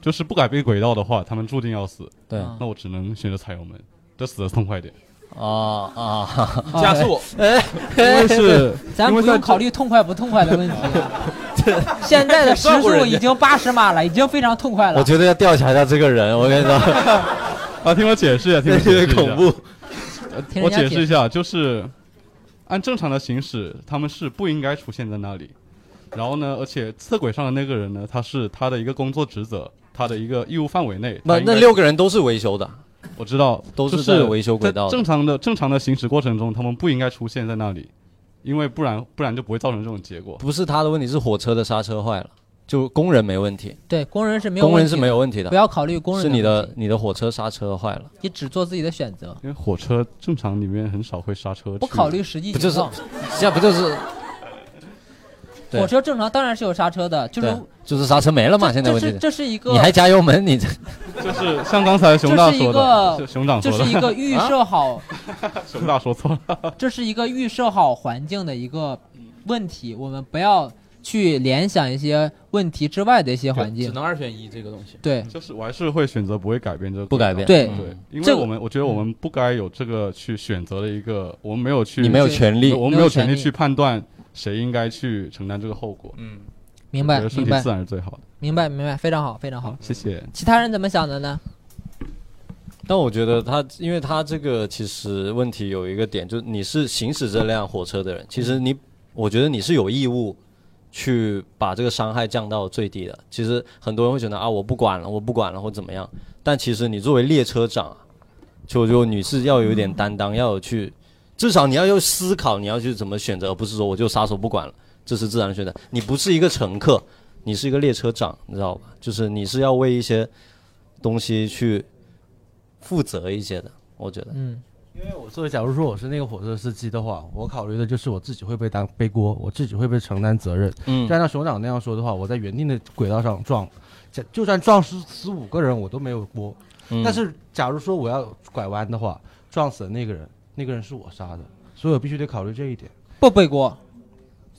S22: 就是不改变轨道的话，他们注定要死，
S2: 对
S22: 那我只能选择踩油门，这死的痛快点。
S2: 啊啊，
S22: 加速
S2: 哎，
S22: 因为是
S1: 咱
S22: 因为
S1: 不用
S22: 在
S1: 考虑痛快不痛快的问 题啊。现在的时速已经八十码了，已经非常痛快了。
S2: 我觉得要调查一下这个人，我跟你说，
S22: 啊，听我解释一下，听我解 释一下。
S2: 恐怖
S22: 呃
S1: 听
S22: 我
S1: 人家
S22: 解
S1: 解
S22: 释一下，就是按正常的行驶，他们是不应该出现在那里。然后呢，而且测轨上的那个人呢，他是他的一个工作职责，他的一个义务范围内。
S2: 那
S22: 他应该
S2: 那六个人都是维修的，
S22: 我知道
S2: 都
S22: 就是
S2: 在维修轨道
S22: 在
S2: 的
S22: 正常的正常的行驶过程中，他们不应该出现在那里，因为不然不然就不会造成这种结果。
S2: 不是他的问题，是火车的刹车坏了，就工人没问题。
S1: 对，工人是没有
S2: 工
S1: 问
S2: 人
S1: 题
S2: 是没有问题的，
S1: 不要考虑工人
S2: 是你
S1: 的问
S2: 的你的火车刹车坏了，
S1: 题，你只做自己的选择。
S22: 因为火车正常里面很少会刹车去的，
S1: 不考虑实际
S2: 不
S1: 情
S2: 就是
S1: 况。
S2: 这不就是对
S1: 火车正常当然是有刹车的，就是
S2: 对，就是刹车没了嘛？现在
S1: 这
S2: 问题
S1: 是这是一个
S2: 你还加油门，你这
S22: 就是 像刚才熊大说的，
S1: 这是一个
S22: 是熊掌说的，
S1: 这是一个预设 好，
S22: 熊啊大说错了。
S1: 这是一个预设好环境的一个问题，我们不要去联想一些问题之外的一些环
S3: 只
S1: 境。
S3: 能二选一这个东西。嗯
S1: 对，
S22: 就是我还是会选择不会改变这个
S2: 不
S22: 轨道，
S2: 改变
S1: 对
S22: 对
S1: 嗯，
S22: 因
S1: 这
S22: 为
S1: 个
S22: 我们我觉得我们不该有这个去选择的一个，我们没有去，
S2: 你没有权利
S22: 我们
S1: 没
S22: 没有权
S1: 有权利
S22: 利去判断谁应该去承担这个后果。嗯，
S1: 明白
S22: 顺
S1: 明
S22: 其
S1: 白
S22: 自然是最好的。
S1: 明白明白，非常好非常好。
S22: 谢谢。
S1: 其他人怎么想的呢？
S2: 但我觉得他，因为他这个其实问题有一个点，就是你是行驶这辆火车的人，其实你，我觉得你是有义务去把这个伤害降到最低的。其实很多人会觉得啊，我不管了，我不管了，或怎么样。但其实你作为列车长啊，就就你是要有一点担当，要有去，至少你要有思考，你要去怎么选择，而不是说我就撒手不管了，这是自然的选择。你不是一个乘客，你是一个列车长，你知道吧？就是你是要为一些东西去负责一些的，我觉得。
S1: 嗯，
S4: 因为我作为假如说我是那个火车司机的话，我考虑的就是我自己会被当背锅，我自己会被承担责任。
S2: 嗯
S4: 就按照熊掌那样说的话，我在原定的轨道上撞，假就算撞死死五个人，我都没有锅。
S2: 嗯
S4: 但是假如说我要拐弯的话，撞死的那个人，那个人是我杀的，所以我必须得考虑这一点。
S1: 不背锅。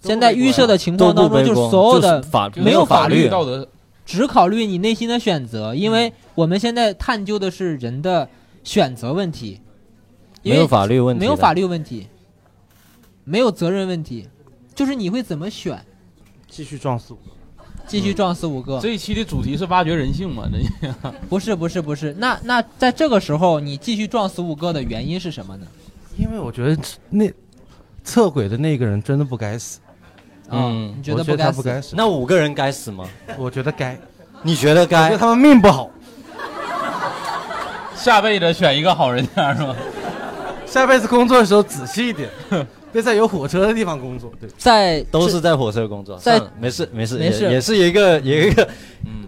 S1: 现在预设的情况当中，
S4: 都不背
S1: 就
S4: 锅
S1: 是所有的
S4: 就是法
S1: 没有
S4: 法律
S1: 律
S4: 道
S3: 德，
S1: 只考虑你内心的选择，因为我们现在探究的是人的选择问题，因为
S2: 没有法律问题
S1: 没
S2: 的
S1: 有法律问题，没有责任问题，就是你会怎么选，
S4: 继续撞死我，
S1: 继续撞死五个。
S3: 这一期的主题是挖掘人性嘛？这
S1: 不是不是不是，那那在这个时候，你继续撞死五个的原因是什么呢？
S4: 因为我觉得那测轨的那个人真的不该死。啊
S1: 嗯你觉得
S4: 我觉
S1: 不
S4: 得
S1: 该
S4: 他
S1: 死
S4: 不该死？
S2: 那五个人该死吗？
S4: 我觉得该。
S2: 你觉得
S4: 我觉
S2: 该
S4: 得？他们命不好，
S3: 下辈子选一个好人家是吧？
S4: 下辈子工作的时候仔细一点， 别在有火车的地方工作。对，
S1: 在
S2: 都是在火车工作，
S4: 在
S2: 算了没事没事
S4: 没事
S2: 也也是一个也一个，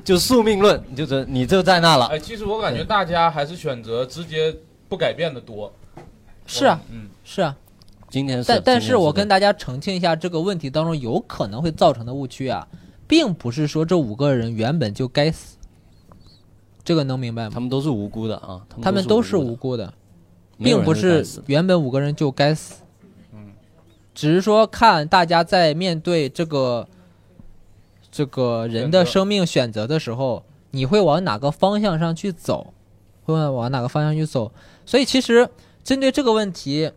S2: 就宿命论，就是你就在那了
S3: 嗯哎，。其实我感觉大家还是选择直接不改变的多。
S1: 是啊，
S3: 嗯，
S1: 是啊。
S2: 今天
S1: 但但是
S2: 今天
S1: 我
S2: 的
S1: 跟大家澄清一下，这个问题当中有可能会造成的误区啊，并不是说这五个人原本就该死，这个能明白吗？
S2: 他们都是无辜的啊，
S1: 他们
S2: 都
S1: 都是无辜的，
S2: 没有
S1: 并
S2: 人
S1: 不
S2: 是
S1: 是
S2: 该死的
S1: 原本五个人就该死。只是说看大家在面对这个这个人的生命选择的时候，你会往哪个方向上去走，会往哪个方向去走。所以其实针对这个问题，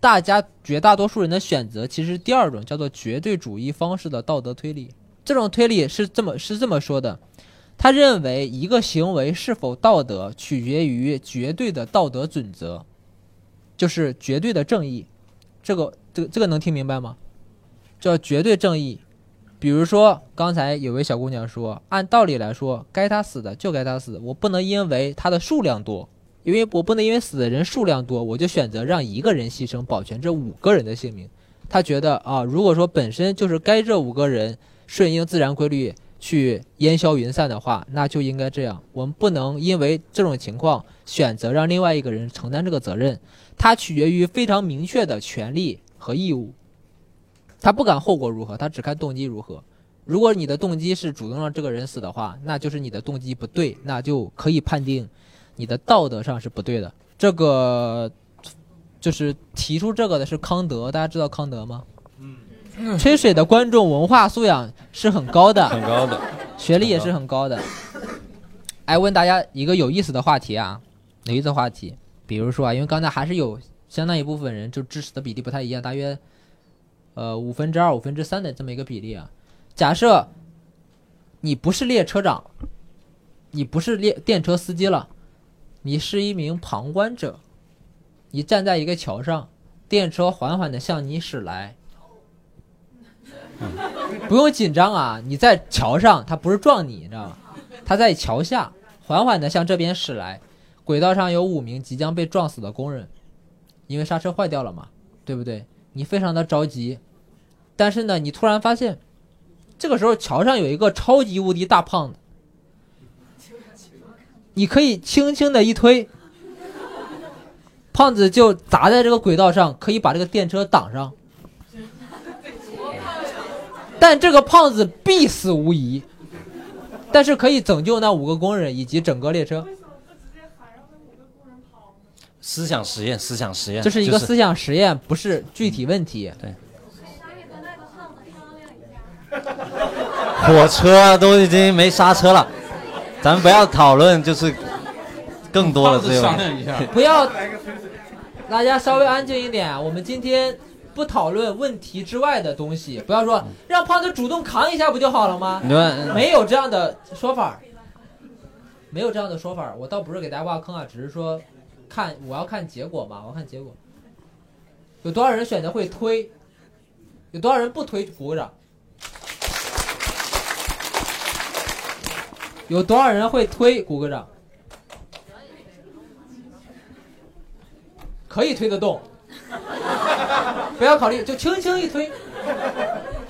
S1: 大家绝大多数人的选择其实第二种叫做绝对主义方式的道德推理。这种推理是这么是这么说的，他认为一个行为是否道德取决于绝对的道德准则，就是绝对的正义。这个这个这个能听明白吗？叫绝对正义。比如说，刚才有位小姑娘说，按道理来说，该她死的就该她死，我不能因为她的数量多，因为我不能因为死的人数量多，我就选择让一个人牺牲，保全这五个人的性命。她觉得啊，如果说本身就是该这五个人顺应自然规律去烟消云散的话，那就应该这样。我们不能因为这种情况选择让另外一个人承担这个责任，它取决于非常明确的权利和义务。他不管后果如何，他只看动机如何。如果你的动机是主动让这个人死的话，那就是你的动机不对，那就可以判定你的道德上是不对的。这个就是提出这个的是康德，大家知道康德吗？嗯，吹水的观众文化素养是很高的，
S2: 很高的，
S1: 学历也是很高的。哎，问大家一个有意思的话题啊，有意思的话题，比如说啊，因为刚才还是有相当一部分人就支持的比例不太一样，大约呃五分之二、五分之三的这么一个比例啊。假设你不是列车长，你不是列电车司机了，你是一名旁观者，你站在一个桥上，电车缓缓的向你驶来，不用紧张啊，你在桥上，它不是撞你，你知道吗？它在桥下，缓缓地向这边驶来。轨道上有五名即将被撞死的工人，因为刹车坏掉了嘛，对不对？你非常的着急，但是呢，你突然发现，这个时候桥上有一个超级无敌大胖子，你可以轻轻的一推，胖子就砸在这个轨道上，可以把这个电车挡上。但这个胖子必死无疑，但是可以拯救那五个工人以及整个列车。
S2: 思想实验，思想实验，
S1: 这是一个
S2: 就
S1: 思想实验，不是具体问题。
S2: 对，火车啊都已经没刹车了，咱们不要讨论，就是更多的这
S3: 商量一 下
S2: 个。
S1: 不要，大家稍微安静一点。我们今天不讨论问题之外的东西，不要说让胖子主动扛一下不就好了吗？
S2: 你们
S1: 没有这样的说法儿，没有这样的说法儿。我倒不是给大家挖坑啊，只是说看我要看结果嘛，我要看结果。有多少人选择会推？有多少人不推？鼓个掌。有多少人会推？鼓个掌。可以推得动，不要考虑，就轻轻一推，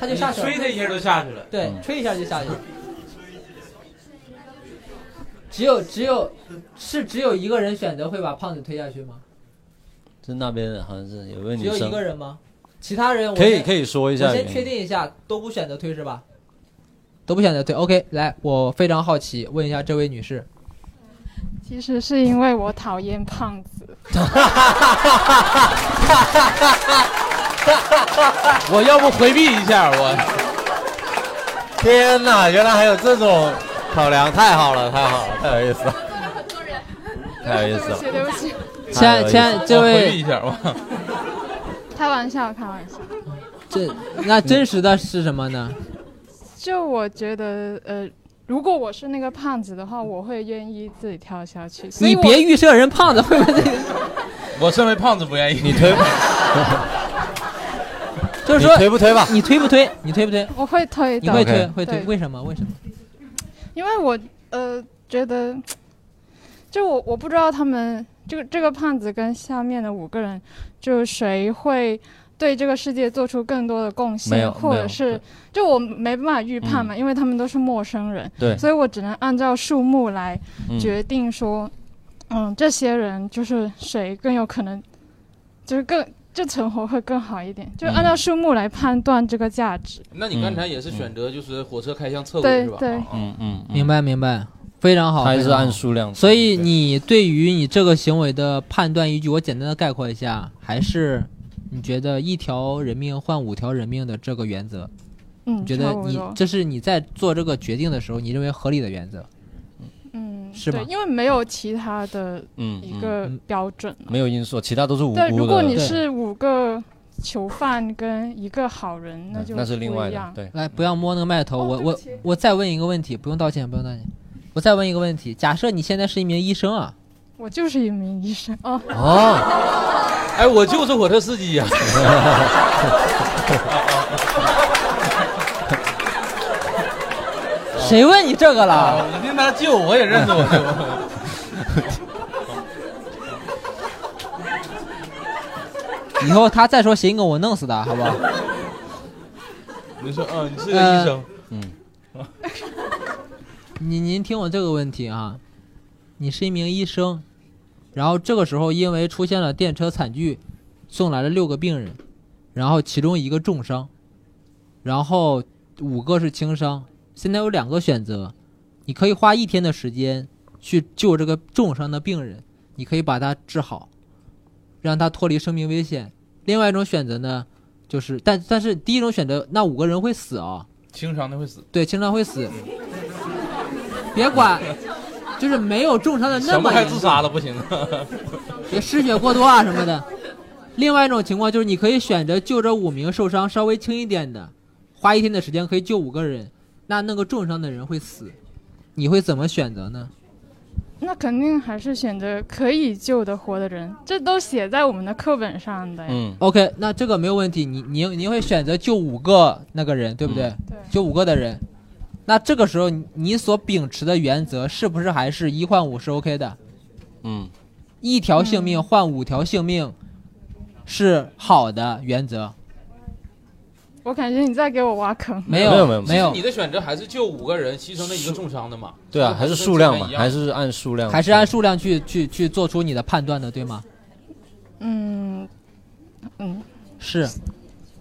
S1: 它就下去了。
S3: 你吹它一下就下去了
S1: 对
S3: 嗯，
S1: 吹一下就下去了。只有只有是只有一个人选择会把胖子推下去吗？
S2: 就那边好像是有位
S1: 只
S2: 女
S1: 有
S2: 生，
S1: 一个 人吗？其他人我
S2: 可以
S1: 先
S2: 可以说一下
S1: 我先
S2: 原因
S1: 确定一下，都不选择推是吧？都不选择推。OK，来，我非常好奇，问一下这位女士，
S5: 其实是因为我讨厌胖子。
S3: 我要不回避一下我。
S2: 天哪，原来还有这种考量，太好了，太好了，太有 意思了，太
S1: 哎
S2: 有意思了。
S5: 对不起，对不起，
S1: 亲爱亲爱
S3: 哎
S1: 这
S3: 我回避
S1: 位
S3: 一下 吧。
S5: 开玩笑，开玩笑。
S1: 这那真实的是什么呢？
S5: 就我觉得，呃，如果我是那个胖子的话，我会愿意自己跳下去。所以
S1: 你
S5: 我
S1: 别预设人胖子会不 会
S3: 我身为胖子不愿意。
S2: 你推，
S1: 就是说
S2: 你推不推吧？
S1: 你推不推？你推不推？
S5: 我哎会推的，
S1: 你会推会推？
S5: 对
S1: 为什么？为什么？
S5: 因为我呃觉得，就我我不知道他们这个这个胖子跟下面的五个人，就谁会对这个世界做出更多的贡
S2: 没
S5: 献，
S2: 有
S5: 或
S2: 没有嗯
S5: 者是就我没办法预判嘛，因为他们都是陌生人，
S2: 对
S5: 所以我只能按照数目来
S2: 嗯
S5: 决定说，嗯这些人就是谁更有可能，就是更就存活会更好一点，就按
S2: 嗯
S5: 照数目来判断这个价值。
S3: 那你刚才也是选择就是火车开向侧轨
S5: 对
S3: 是吧？哦
S5: 对，
S2: 嗯嗯，
S1: 明白明白，非常好。
S2: 它是
S1: 非常好
S2: 按数量的
S1: 所以你对于你这个行为的判断依据，我简单的概括一下，还是你觉得一条人命换五条人命的这个原则，
S5: 嗯
S1: 你觉得
S5: 差不
S1: 你
S5: 多
S1: 这是你在做这个决定的时候，你认为合理的原则，
S5: 嗯，
S1: 是
S5: 对
S1: 吗，
S5: 因为没有其他的
S2: 嗯
S5: 一个标准。
S2: 没有因素，其他都是无辜的。
S5: 对，如果你是五个囚犯跟一个好人，那就
S2: 嗯那是另
S5: 不
S2: 外
S5: 一
S2: 的
S5: 样，哦
S2: 对。
S1: 来，不要摸那个麦头，我我我再问一个问题，不用道歉，不用道歉，我再问一个问题，假设你现在是一名医生啊，
S5: 我就是一名医生哦。
S1: 哦，
S3: 哎，我就是火车司机呀、
S1: 谁问你这个了？
S3: 我听他救我也 认得我舅。
S1: 以后他再说谐音梗，我弄死他，好不好？
S3: 你说，嗯、你是个
S1: 呃
S3: 医生，
S2: 嗯，
S1: 您您听我这个问题啊，你是一名医生，然后这个时候因为出现了电车惨剧，送来了六个病人，然后其中一个重伤，然后五个是轻伤。现在有两个选择，你可以花一天的时间去救这个重伤的病人，你可以把他治好，让他脱离生命危险。另外一种选择呢，就是但但是第一种选择，那五个人会死啊，
S3: 轻伤的会死。
S1: 对，轻伤会死。别管，就是没有重伤的那
S3: 想不
S1: 么
S3: 开
S1: 严
S3: 自
S1: 重，
S3: 杀了不行 啊！
S1: 别失血过多啊什么的。另外一种情况就是，你可以选择救这五名受伤稍微轻一点的，花一天的时间可以救五个人，那那个重伤的人会死，你会怎么选择呢？
S5: 那肯定还是选择可以救得活的人，这都写在我们的课本上的呀。
S1: 嗯，OK，那这个没有问题。你你你会选择救五个那个人，对不对？对，救五个的人。那这个时候你你所秉持的原则是不是还是一换五是 OK 的？
S2: 嗯，
S1: 一条性命
S5: 嗯
S1: 换五条性命是好的原则。
S5: 我感觉你在给我挖坑。
S1: 没有没有没有
S3: 其实你的选择还是救五个人，牺牲了一个重伤的嘛？
S2: 对啊，
S3: 就
S2: 还
S3: 跟
S2: 是数量
S3: 之前
S2: 嘛
S3: 一，样
S2: 还是按数量，
S1: 还是按数量去去去做出你的判断的，对吗？
S5: 嗯嗯，
S1: 是。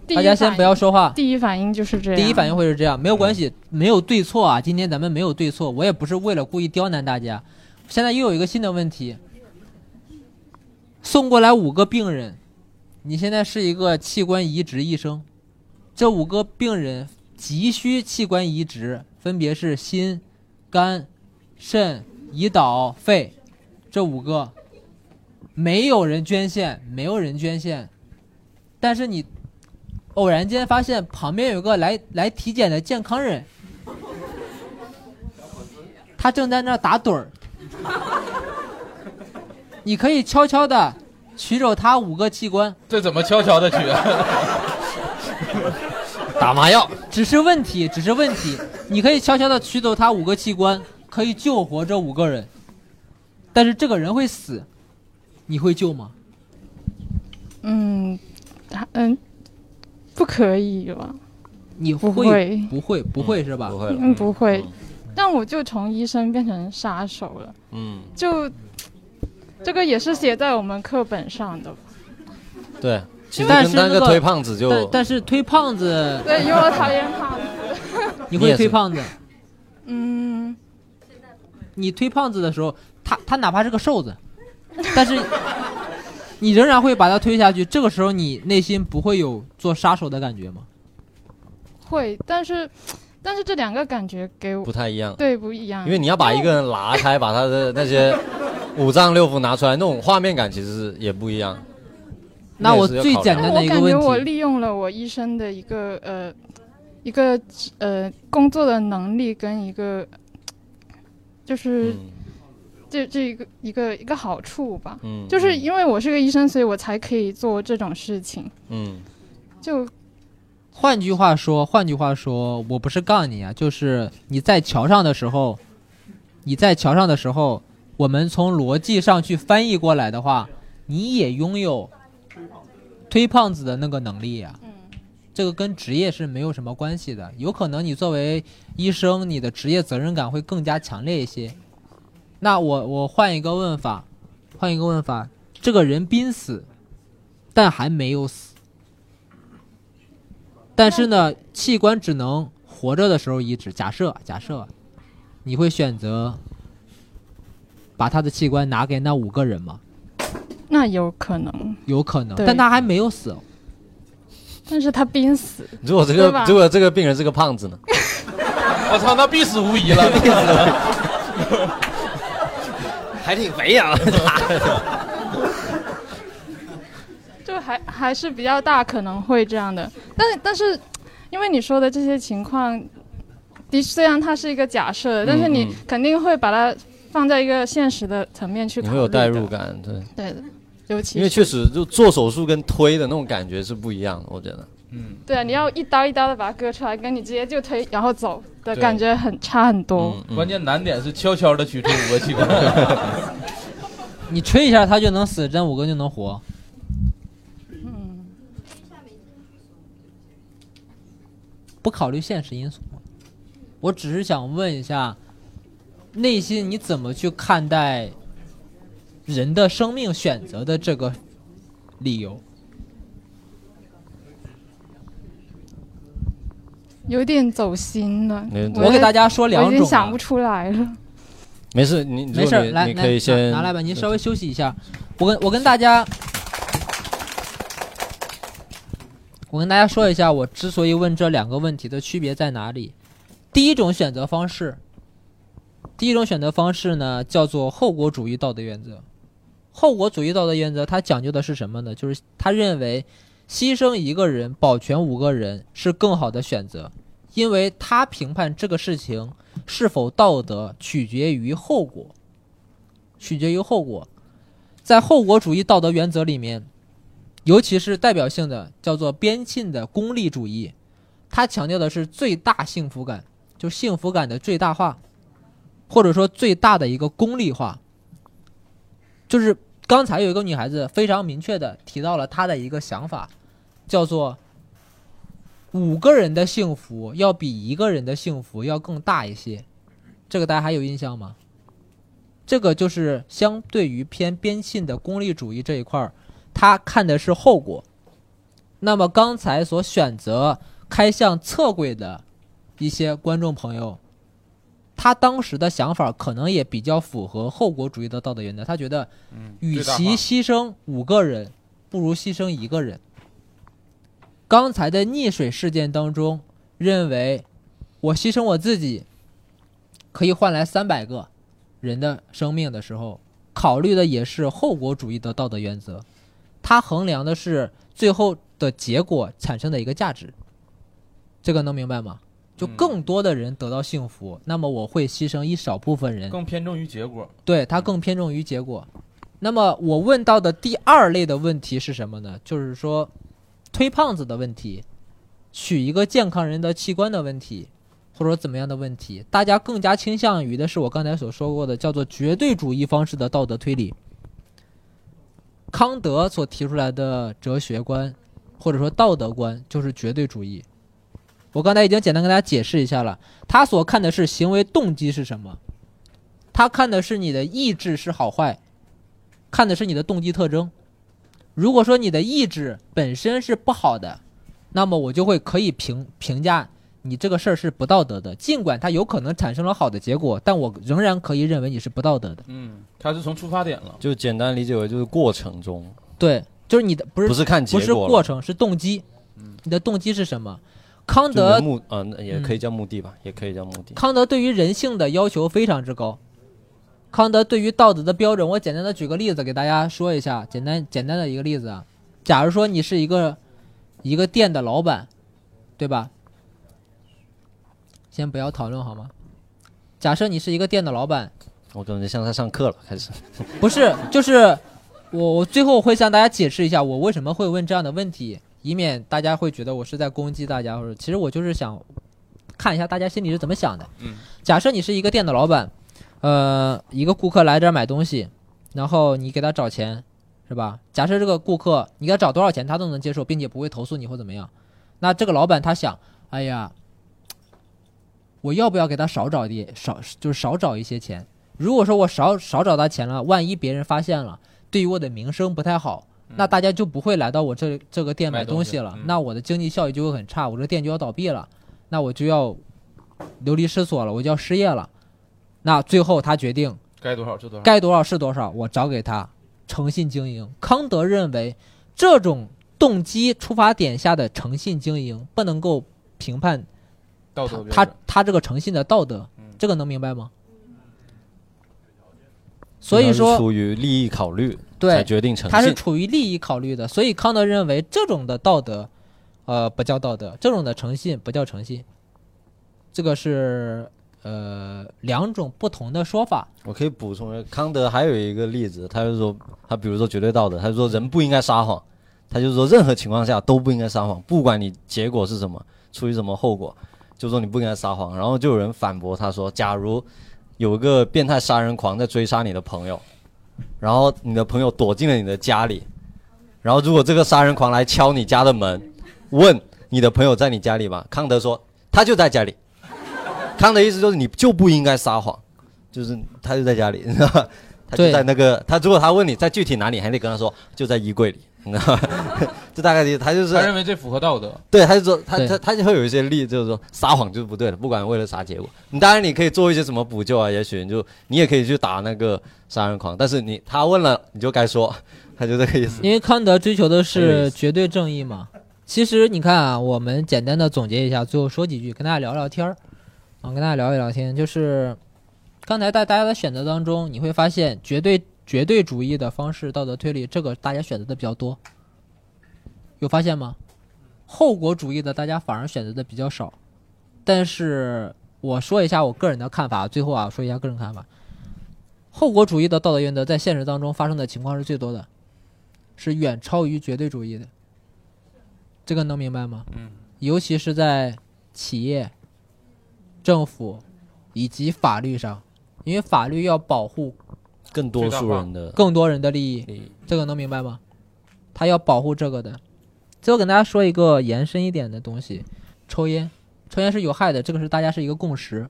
S5: 第一
S1: 大家先
S5: 反
S1: 不要说
S2: 啊
S1: 话
S5: 应第一反应就是这样。
S1: 第一反应会是这样，没有关系，没有对错啊。今天咱们没有对错，我也不是为了故意刁难大家。现在又有一个新的问题，送过来五个病人，你现在是一个器官移植医生，这五个病人急需器官移植，分别是心、肝、肾、胰岛、肺这五个，没有人捐献，没有人捐献，但是你偶然间发现旁边有个来来体检的健康人，他正在那儿打盹儿。你可以悄悄的取走他五个器官，
S3: 这怎么悄悄的取？啊
S2: 打麻药。
S1: 只是问题，只是问题。你可以悄悄的取走他五个器官，可以救活这五个人，但是这个人会死，你会救吗？
S5: 嗯，他嗯，不可以吧？
S1: 你
S5: 不
S1: 会
S5: 会
S1: 不会不会是吧？不
S2: 会
S5: 嗯，不会。但我就从医生变成杀手了，
S2: 嗯，
S5: 就这个也是写在我们课本上的。
S2: 对，其实
S1: 但
S2: 跟
S1: 是
S2: 那
S1: 那
S2: 个推胖子就
S1: 但但是推胖子，
S5: 对，因为我讨厌胖子。
S1: 你
S2: 你
S1: 会
S2: 也
S1: 推
S2: 是
S1: 胖子。
S5: 嗯，
S1: 你推胖子的时候，他他哪怕是个瘦子，但是你仍然会把他推下去。这个时候，你内心不会有做杀手的感觉吗？
S5: 会，但是但是这两个感觉给我
S2: 不太一样。
S5: 对不一样，
S2: 因为你要把一个人拉开，把他的那些五脏六腑拿出来，那种画面感其实是也不一样。
S1: 那我
S2: 也是要
S1: 最
S2: 考虑
S1: 简单
S5: 我
S1: 的一个
S5: 感觉
S1: 问
S5: 我
S1: 题，
S5: 利用了我医生的一个呃一个呃工作的能力跟一个就是、
S2: 嗯
S5: 这这一个一个一个好处吧。
S2: 嗯
S5: 就是因为我是个医生，所以我才可以做这种事情。
S2: 嗯，
S5: 就
S1: 换句话说，换句话说，我不是杠你啊，就是你在桥上的时候，你在桥上的时候，我们从逻辑上去翻译过来的话，你也拥有推胖子的那个能力呀、这个跟职业是没有什么关系的，有可能你作为医生，你的职业责任感会更加强烈一些。那我我换一个问法，换一个问法，这个人濒死，但还没有死，但是呢，器官只能活着的时候移植。假设假设，你会选择把他的器官拿给那五个人吗？
S5: 那有可能，
S1: 有可能，
S5: 对
S1: 但他还没有死。哦
S5: 但是他濒死。
S2: 如果这
S5: 对
S2: 个
S5: 吧
S2: 如果这个病人是个胖子呢？
S3: 我操，那必死无 疑了，必死了。
S2: 还挺肥
S1: 啊
S2: 呀、
S3: 嗯
S5: 就还还是比较大可能会这样的。但是但是，因为你说的这些情况，的虽然它是一个假设，但是
S2: 嗯
S5: 你肯定会把它放在一个现实的层面去
S2: 你
S5: 考
S2: 会
S5: 虑
S2: 有
S5: 的。
S2: 代入感，对，
S5: 对的，尤其
S2: 因为
S5: 是
S2: 确实就做手术跟推的那种感觉是不一样的，我觉得。嗯，
S5: 对啊，你要一刀一刀的把它割出来，跟你直接就推然后走的
S3: 对
S5: 感觉很差很
S1: 嗯
S5: 多。
S3: 关键难点是悄悄的取出五个器官。
S1: 你吹一下他就能死，真五个就能活。不考虑现实因素吗，我只是想问一下，内心你怎么去看待人的生命选择的这个理由？
S5: 有点走心了
S2: 嗯。
S5: 有
S2: 对我给
S5: 点
S2: 大家说两种
S5: 我已经
S2: 啊
S5: 想不出来了。
S2: 没事，你
S1: 没事儿
S2: 如果，你
S1: 来，
S2: 你可以
S1: 来
S2: 先
S1: 拿拿来吧，您稍微休息一下。我跟我跟大家，我跟大家说一下，我之所以问这两个问题的区别在哪里。第一种选择方式，第一种选择方式呢，叫做后果主义道德原则。后果主义道德原则，它讲究的是什么呢？就是他认为牺牲一个人保全五个人是更好的选择，因为他评判这个事情是否道德取决于后果。取决于后果。在后果主义道德原则里面，尤其是代表性的叫做边沁的功利主义，它强调的是最大幸福感，就幸福感的最大化，或者说最大的一个功利化。就是刚才有一个女孩子非常明确的提到了她的一个想法，叫做五个人的幸福要比一个人的幸福要更大一些。这个大家还有印象吗？这个就是相对于偏边沁的功利主义这一块儿，他看的是后果。那么刚才所选择开向侧轨的一些观众朋友，他当时的想法可能也比较符合后果主义的道德原则。他觉得，
S7: 嗯
S1: 与
S7: 最大
S1: 其
S7: 化
S1: 牺牲五个人，不如牺牲一个人。刚才的溺水事件当中，认为我牺牲我自己，可以换来三百个人的生命的时候，考虑的也是后果主义的道德原则，它衡量的是最后的结果产生的一个价值。这个能明白吗？就更多的人得到幸福，那么我会牺牲一少部分人，
S3: 更偏重于结果。
S1: 对它更偏重于结果。那么我问到的第二类的问题是什么呢？就是说，推胖子的问题，取一个健康人的器官的问题，或者说怎么样的问题，大家更加倾向于的是我刚才所说过的叫做绝对主义方式的道德推理。康德所提出来的哲学观，或者说道德观，就是绝对主义。我刚才已经简单跟大家解释一下了，他所看的是行为动机是什么，他看的是你的意志是好坏，看的是你的动机特征。如果说你的意志本身是不好的，那么我就会可以评评价你这个事儿是不道德的，尽管它有可能产生了好的结果，但我仍然可以认为你是不道德的。
S3: 嗯，他是从出发点了。
S2: 就简单理解为就是过程中，
S1: 对，就是你的不是
S2: 不是看结
S1: 不是
S2: 果了嗯
S1: 过程，是动机。你的动机是什么？康
S2: 就
S1: 德
S2: 是目呃那也
S1: 嗯
S2: 可以叫目的吧，也可以叫目的。
S1: 康德对于人性的要求非常之高。康德对于道德的标准，我简单的举个例子给大家说一下，简单简单的一个例子啊。假如说你是一个一个店的老板，对吧？先不要讨论好吗？假设你是一个店的老板，
S2: 我感觉像在上课了，开始。
S1: 不是，就是我我最后会向大家解释一下我为什么会问这样的问题，以免大家会觉得我是在攻击大家，或者其实我就是想看一下大家心里是怎么想的。
S3: 嗯，
S1: 假设你是一个店的老板，呃，一个顾客来这儿买东西，然后你给他找钱，是吧？假设这个顾客你给他找多少钱，他都能接受，并且不会投诉你或怎么样。那这个老板他想，哎呀，我要不要给他少找点少，就是少找一些钱？如果说我少少找他钱了，万一别人发现了，对于我的名声不太好，那大家就不会来到我这这个店
S3: 买
S1: 买
S3: 东
S1: 嗯东
S3: 西
S1: 西了，
S3: 嗯
S1: 那我的经济效益就会很差，我这店就要倒闭了，那我就要流离失所了，我就要失业了。那最后他决定
S3: 该多少是多少。
S1: 该多少是多少，我找给他，诚信经营。康德认为，这种动机出发点下的诚信经营不能够评判
S3: 道德标准嗯
S1: 他他这个诚信的道德，这个能明白吗？所以
S2: 它
S1: 说
S2: 是，出于利益考虑，
S1: 对，
S2: 才决定诚
S1: 他是
S2: 信。
S1: 处于利益考虑的，所以康德认为这种的道德，呃，不叫道德，这种的诚信不叫诚信，这个是呃两种不同的说法。
S2: 我可以补充一下，康德还有一个例子，他就说，他比如说绝对道德，他就说人不应该撒谎，他就说任何情况下都不应该撒谎，不管你结果是什么，出于什么后果，就说你不应该撒谎。然后就有人反驳他说，假如有个变态杀人狂在追杀你的朋友，然后你的朋友躲进了你的家里，然后如果这个杀人狂来敲你家的门，问你的朋友在你家里吗？康德说他就在家里。康德意思就是你就不应该撒谎，就是他就在家里， 你知道吧？他就
S1: 对
S2: 在那个他如果他问你在具体哪里，还得跟他说就在衣柜里， 你知道吧？这大概的意思他就是
S3: 他认为这符合道德。
S2: 对，他就说他
S3: 对
S2: 他他就会有一些例，就是说撒谎就是不对的，不管为了啥结果。你当然你可以做一些什么补救啊，也许你就你也可以去打那个杀人狂，但是你他问了你就该说，他就这个意思。
S1: 因为康德追求的是
S2: 是
S1: 绝对正义嘛。其实你看啊，我们简单的总结一下，最后说几句，跟大家聊聊天儿。啊，跟大家聊一聊天，就是刚才在大家的选择当中，你会发现绝对绝对主义的方式道德推理，这个大家选择的比较多，有发现吗？后果主义的大家反而选择的比较少。但是我说一下我个人的看法，最后啊说一下个人看法。后果主义的道德原则在现实当中发生的情况是最多的，是远超于绝对主义的。这个能明白吗？
S3: 嗯，
S1: 尤其是在企业、政府以及法律上，因为法律要保护
S2: 更多数人的
S1: 更多人的利益，这个能明白吗？他要保护这个的。最后跟大家说一个延伸一点的东西，抽烟，抽烟是有害的，这个是大家是一个共识。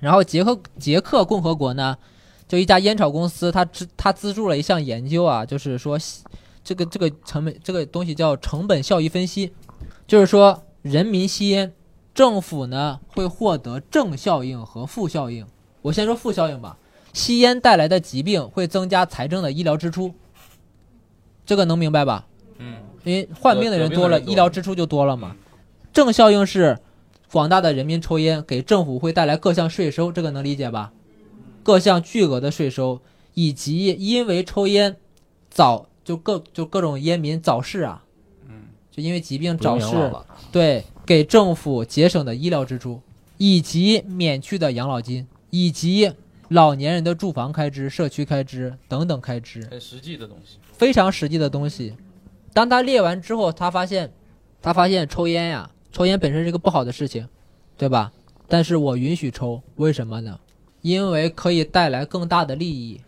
S1: 然后捷克捷克共和国呢，就一家烟草公司，它资它资助了一项研究啊，就是说这个这个成本这个东西叫成本效益分析，就是说人民吸烟，政府呢会获得正效应和负效应。我先说负效应吧，吸烟带来的疾病会增加财政的医疗支出，这个能明白吧？
S3: 嗯，
S1: 因为患病的人多了，医疗支出就多了嘛。正效应是广大的人民抽烟，给政府会带来各项税收，这个能理解吧？各项巨额的税收，以及因为抽烟早就各就各种烟民早逝啊，嗯，就因为疾病早
S2: 不用
S1: 逝
S2: 养老了，
S1: 对，给政府节省的医疗支出，以及免去的养老金，以及老年人的住房开支、社区开支等等开支，
S3: 很实际的东西。
S1: 非常实际的东西。当他列完之后，他发现，他发现抽烟呀、抽烟本身是一个不好的事情，对吧？但是我允许抽，为什么呢？因为可以带来更大的利益，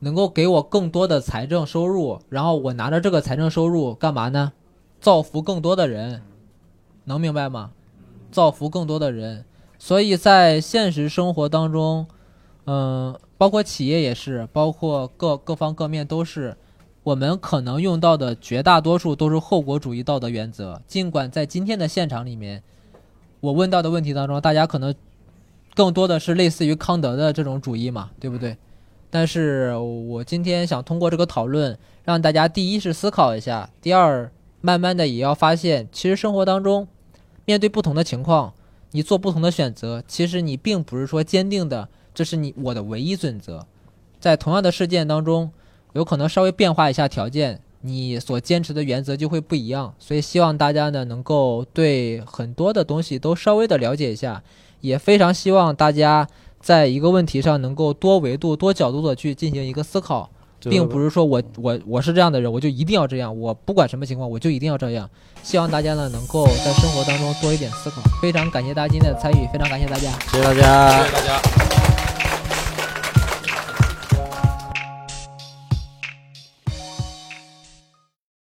S1: 能够给我更多的财政收入，然后我拿着这个财政收入干嘛呢？造福更多的人，能明白吗？造福更多的人，所以在现实生活当中，嗯，包括企业也是，包括各各方各面都是，我们可能用到的绝大多数都是后果主义道德原则。尽管在今天的现场里面，我问到的问题当中，大家可能更多的是类似于康德的这种主义嘛，对不对？但是我今天想通过这个讨论，让大家第一是思考一下，第二，慢慢的也要发现，其实生活当中，面对不同的情况，你做不同的选择，其实你并不是说坚定的，这是你我的唯一准则。在同样的事件当中，有可能稍微变化一下条件，你所坚持的原则就会不一样。所以希望大家呢能够对很多的东西都稍微的了解一下，也非常希望大家在一个问题上能够多维度、多角度的去进行一个思考。
S2: 就是
S1: 并不是说我我我是这样的人，我就一定要这样，我不管什么情况，我就一定要这样。希望大家呢能够在生活当中多一点思考。非常感谢大家今天的参与，非常感谢大家，
S2: 谢谢大家
S3: 谢谢大家。